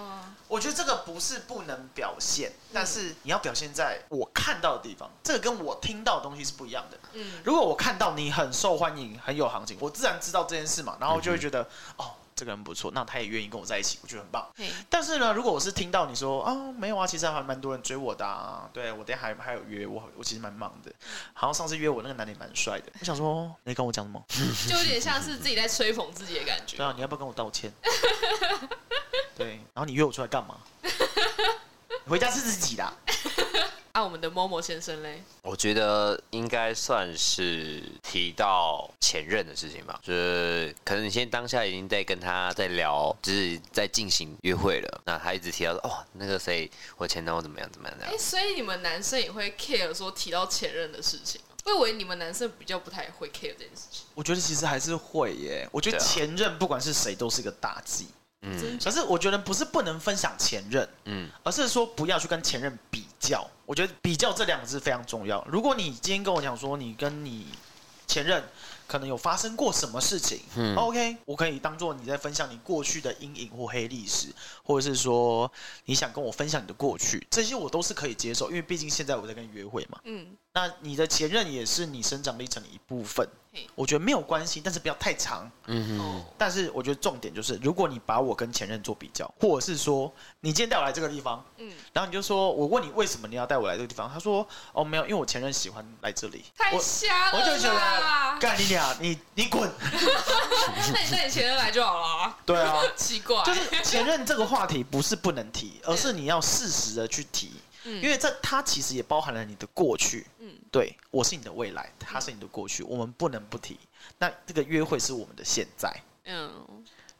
[SPEAKER 4] 我觉得这个不是不能表现，但是你要表现在我看到的地方，这个跟我听到的东西是不一样的。
[SPEAKER 3] 嗯，
[SPEAKER 4] 如果我看到你很受欢迎，很有行情，我自然知道这件事嘛，然后就会觉得，哦，这个人不错，那他也愿意跟我在一起，我觉得很棒。
[SPEAKER 3] 嘿
[SPEAKER 4] 但是呢，如果我是听到你说啊、没有啊，其实还蛮多人追我的啊，对我等一下还还有约，我我其实蛮忙的，好像上次约我那个男的也蛮帅的，我想说你在跟我讲什么？
[SPEAKER 3] 就有点像是自己在吹捧自己的感觉
[SPEAKER 4] 对。啊，你要不要跟我 道歉？对，然后你约我出来干嘛？回家吃自己的啊、
[SPEAKER 3] 啊，我们的某某先生嘞，
[SPEAKER 1] 我觉得应该算是提到前任的事情吧，就是可能你现在当下已经在跟他在聊，就是在进行约会了，那他一直提到说哦，那个谁，我前男友怎么样怎么样怎么
[SPEAKER 3] 哎、
[SPEAKER 1] 样，
[SPEAKER 3] 所以你们男生也会 care 说提到前任的事情吗？我以为你们男生比较不太会 care 这件事情，
[SPEAKER 4] 我觉得其实还是会耶，我觉得
[SPEAKER 1] 对啊
[SPEAKER 4] 前任不管是谁都是个大忌。
[SPEAKER 3] 真
[SPEAKER 4] 可是我觉得不是不能分享前任，
[SPEAKER 1] 嗯，
[SPEAKER 4] 而是说不要去跟前任比较。我觉得比较这两个字非常重要。如果你今天跟我讲说你跟你前任可能有发生过什么事情、
[SPEAKER 1] 嗯
[SPEAKER 4] o k 我可以当做你在分享你过去的阴影或黑历史，或者是说你想跟我分享你的过去，这些我都是可以接受，因为毕竟现在我在跟你约会嘛。
[SPEAKER 3] 嗯，
[SPEAKER 4] 那你的前任也是你生长历程的一部分
[SPEAKER 3] 嘿，
[SPEAKER 4] 我觉得没有关系，但是不要太长。
[SPEAKER 1] 嗯哼，
[SPEAKER 3] 哦，
[SPEAKER 4] 但是我觉得重点就是，如果你把我跟前任做比较，或者是说你今天带我来这个地方，
[SPEAKER 3] 嗯，
[SPEAKER 4] 然后你就说我问你为什么你要带我来这个地方，他说哦没有，因为我前任喜欢来这里，
[SPEAKER 3] 太
[SPEAKER 4] 我
[SPEAKER 3] 瞎
[SPEAKER 4] 我就
[SPEAKER 3] 了
[SPEAKER 4] 觉得
[SPEAKER 3] 啦！
[SPEAKER 4] 干你俩，你你滚，
[SPEAKER 3] 那你带你前任来就好了啊，
[SPEAKER 4] 对啊，
[SPEAKER 3] 奇怪，
[SPEAKER 4] 就是前任这个话题不是不能提，而是你要适时的去提，
[SPEAKER 3] 嗯
[SPEAKER 4] 因为这它其实也包含了你的过去，
[SPEAKER 3] 嗯
[SPEAKER 4] 对我是你的未来，他是你的过去，我们不能不提。那这个约会是我们的现在，
[SPEAKER 3] 嗯，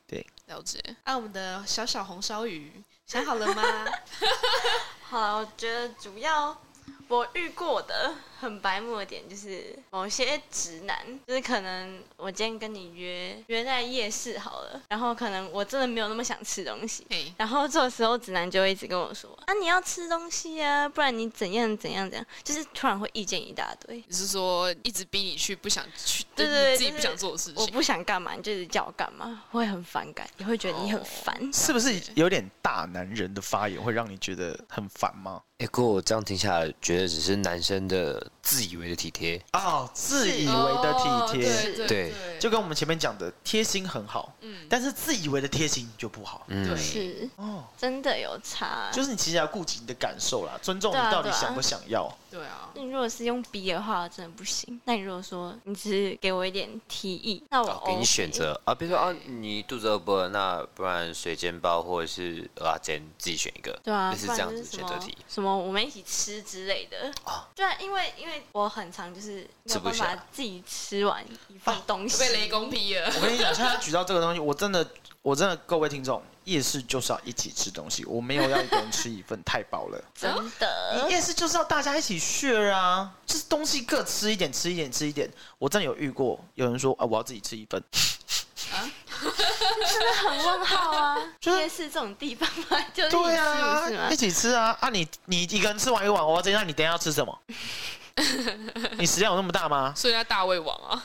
[SPEAKER 4] 对，
[SPEAKER 3] 了解。啊，我们的小小红烧 鱼想好了吗？
[SPEAKER 2] 好啦，我觉得主要我遇过的很白目的点就是某些直男，就是可能我今天跟你约约在夜市好了，然后可能我真的没有那么想吃东西。
[SPEAKER 3] 嘿，
[SPEAKER 2] 然后这时候直男就会一直跟我说啊，你要吃东西啊，不然你怎样怎样怎样，就是突然会意见一大堆。
[SPEAKER 3] 你是说一直逼你去不想去，
[SPEAKER 2] 对对
[SPEAKER 3] 你自己
[SPEAKER 2] 就
[SPEAKER 3] 不
[SPEAKER 2] 是
[SPEAKER 3] 想做的事
[SPEAKER 2] 我
[SPEAKER 3] 情？
[SPEAKER 2] 不想干嘛，你就是叫我干嘛，我会很反感，也会觉得你很烦。
[SPEAKER 3] 哦
[SPEAKER 4] 是不是有点大男人的发言会让你觉得很烦吗？
[SPEAKER 1] 哎、哥，我这样听下来，觉得只是男生的自以为的体贴，
[SPEAKER 4] 哦，自以为的体贴，
[SPEAKER 3] 哦对
[SPEAKER 1] 对
[SPEAKER 3] 对，
[SPEAKER 4] 就跟我们前面讲的，贴心很好，
[SPEAKER 3] 嗯，
[SPEAKER 4] 但是自以为的贴心就不好。
[SPEAKER 1] 嗯
[SPEAKER 3] 对，
[SPEAKER 2] 是
[SPEAKER 4] 哦，
[SPEAKER 2] 真的有差。
[SPEAKER 4] 就是你其实要顾及你的感受啦，尊重你
[SPEAKER 2] 对啊
[SPEAKER 4] 到底
[SPEAKER 2] 对啊
[SPEAKER 4] 想不想要。
[SPEAKER 3] 对啊，
[SPEAKER 2] 那你如果是用逼的话，真的不行。那你如果说你只是给我一点提议，那我、
[SPEAKER 1] 哦给你选，择啊，比如说啊，你肚子饿不饿？那不然水煎包或者是蚵仔煎，自己选一个，
[SPEAKER 2] 对啊，
[SPEAKER 1] 类似
[SPEAKER 2] 不然
[SPEAKER 1] 这样
[SPEAKER 2] 就
[SPEAKER 1] 子
[SPEAKER 2] 是什
[SPEAKER 1] 选择
[SPEAKER 2] 么
[SPEAKER 1] 题。
[SPEAKER 2] 什么我们一起吃之类的。
[SPEAKER 1] 啊
[SPEAKER 2] 对啊，因为因为我很常就是没
[SPEAKER 1] 吃
[SPEAKER 2] 有
[SPEAKER 1] 不
[SPEAKER 2] 办
[SPEAKER 1] 下
[SPEAKER 2] 法自己吃完一份东西，
[SPEAKER 3] 被雷公劈了。
[SPEAKER 4] 我跟你讲，像他举到这个东西，我真的，我真的，各位听众，夜市就是要一起吃东西，我没有要一个人吃一份，太 饱了。
[SPEAKER 2] 真的
[SPEAKER 4] 你夜市就是要大家一起 share 啊，就是东西各吃一点，吃一点，吃一点。我真的有遇过有人说啊，我要自己吃一份，
[SPEAKER 2] 很问号啊！
[SPEAKER 4] 就是
[SPEAKER 2] 夜市这种地方嘛，就是你
[SPEAKER 4] 对
[SPEAKER 2] 吃
[SPEAKER 4] 啊
[SPEAKER 2] 不是吗，
[SPEAKER 4] 一？起吃啊啊你你一个人吃完一碗，我要这样，你等一下要吃什么？你食量有那么大吗？
[SPEAKER 3] 所以他大胃王啊，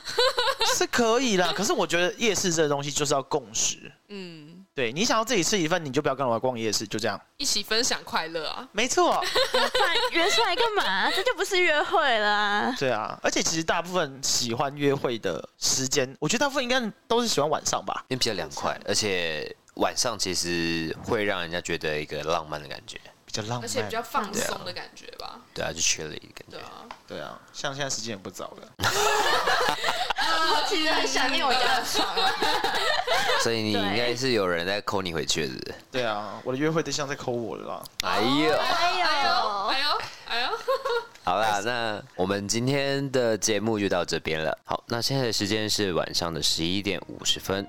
[SPEAKER 4] 是可以啦，可是我觉得夜市这个东西就是要共识。
[SPEAKER 3] 嗯，
[SPEAKER 4] 对你想要自己吃一份，你就不要跟我逛夜市，就这样。
[SPEAKER 3] 一起分享快乐啊，
[SPEAKER 4] 没错，
[SPEAKER 2] 不然约出来干 嘛？这就不是约会了啊！
[SPEAKER 4] 对啊，而且其实大部分喜欢约会的时间，我觉得大部分应该都是喜欢晚上吧。
[SPEAKER 1] 因为比较凉快，而且晚上其实会让人家觉得一个浪漫的感觉，
[SPEAKER 4] 比较浪漫，
[SPEAKER 3] 而且比较放松的感觉吧，
[SPEAKER 1] 对啊，就缺了一个感
[SPEAKER 3] 对
[SPEAKER 1] 觉。
[SPEAKER 3] 啊，
[SPEAKER 4] 对啊，像现在时间也不早了，
[SPEAKER 2] 我其实很想念我家的床啊。
[SPEAKER 1] 所以你
[SPEAKER 2] 对
[SPEAKER 1] 应该是有人在扣你回去的，
[SPEAKER 4] 对啊，我的约会对象在抠我了啦，
[SPEAKER 1] 哎呦，
[SPEAKER 2] 哎
[SPEAKER 3] 哎呦，
[SPEAKER 2] 呦，
[SPEAKER 3] 哎呦，哎呦，
[SPEAKER 1] 好啦，那我们今天的节目就到这边了。好，那现在的时间是晚上的十一点五十分。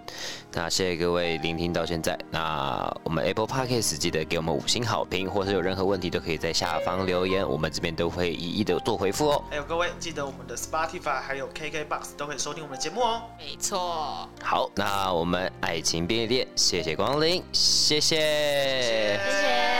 [SPEAKER 1] 那谢谢各位聆听到现在。那我们 Apple Podcast 记得给我们五星好评，或是有任何问题都可以在下方留言，我们这边都会一一的做回复哦。
[SPEAKER 4] 还有各位记得我们的 Spotify 还有 KKBox 都可以收听我们的节目哦。
[SPEAKER 3] 没错，
[SPEAKER 1] 好，那我们爱情便利店，谢谢光临，谢谢
[SPEAKER 2] 谢谢。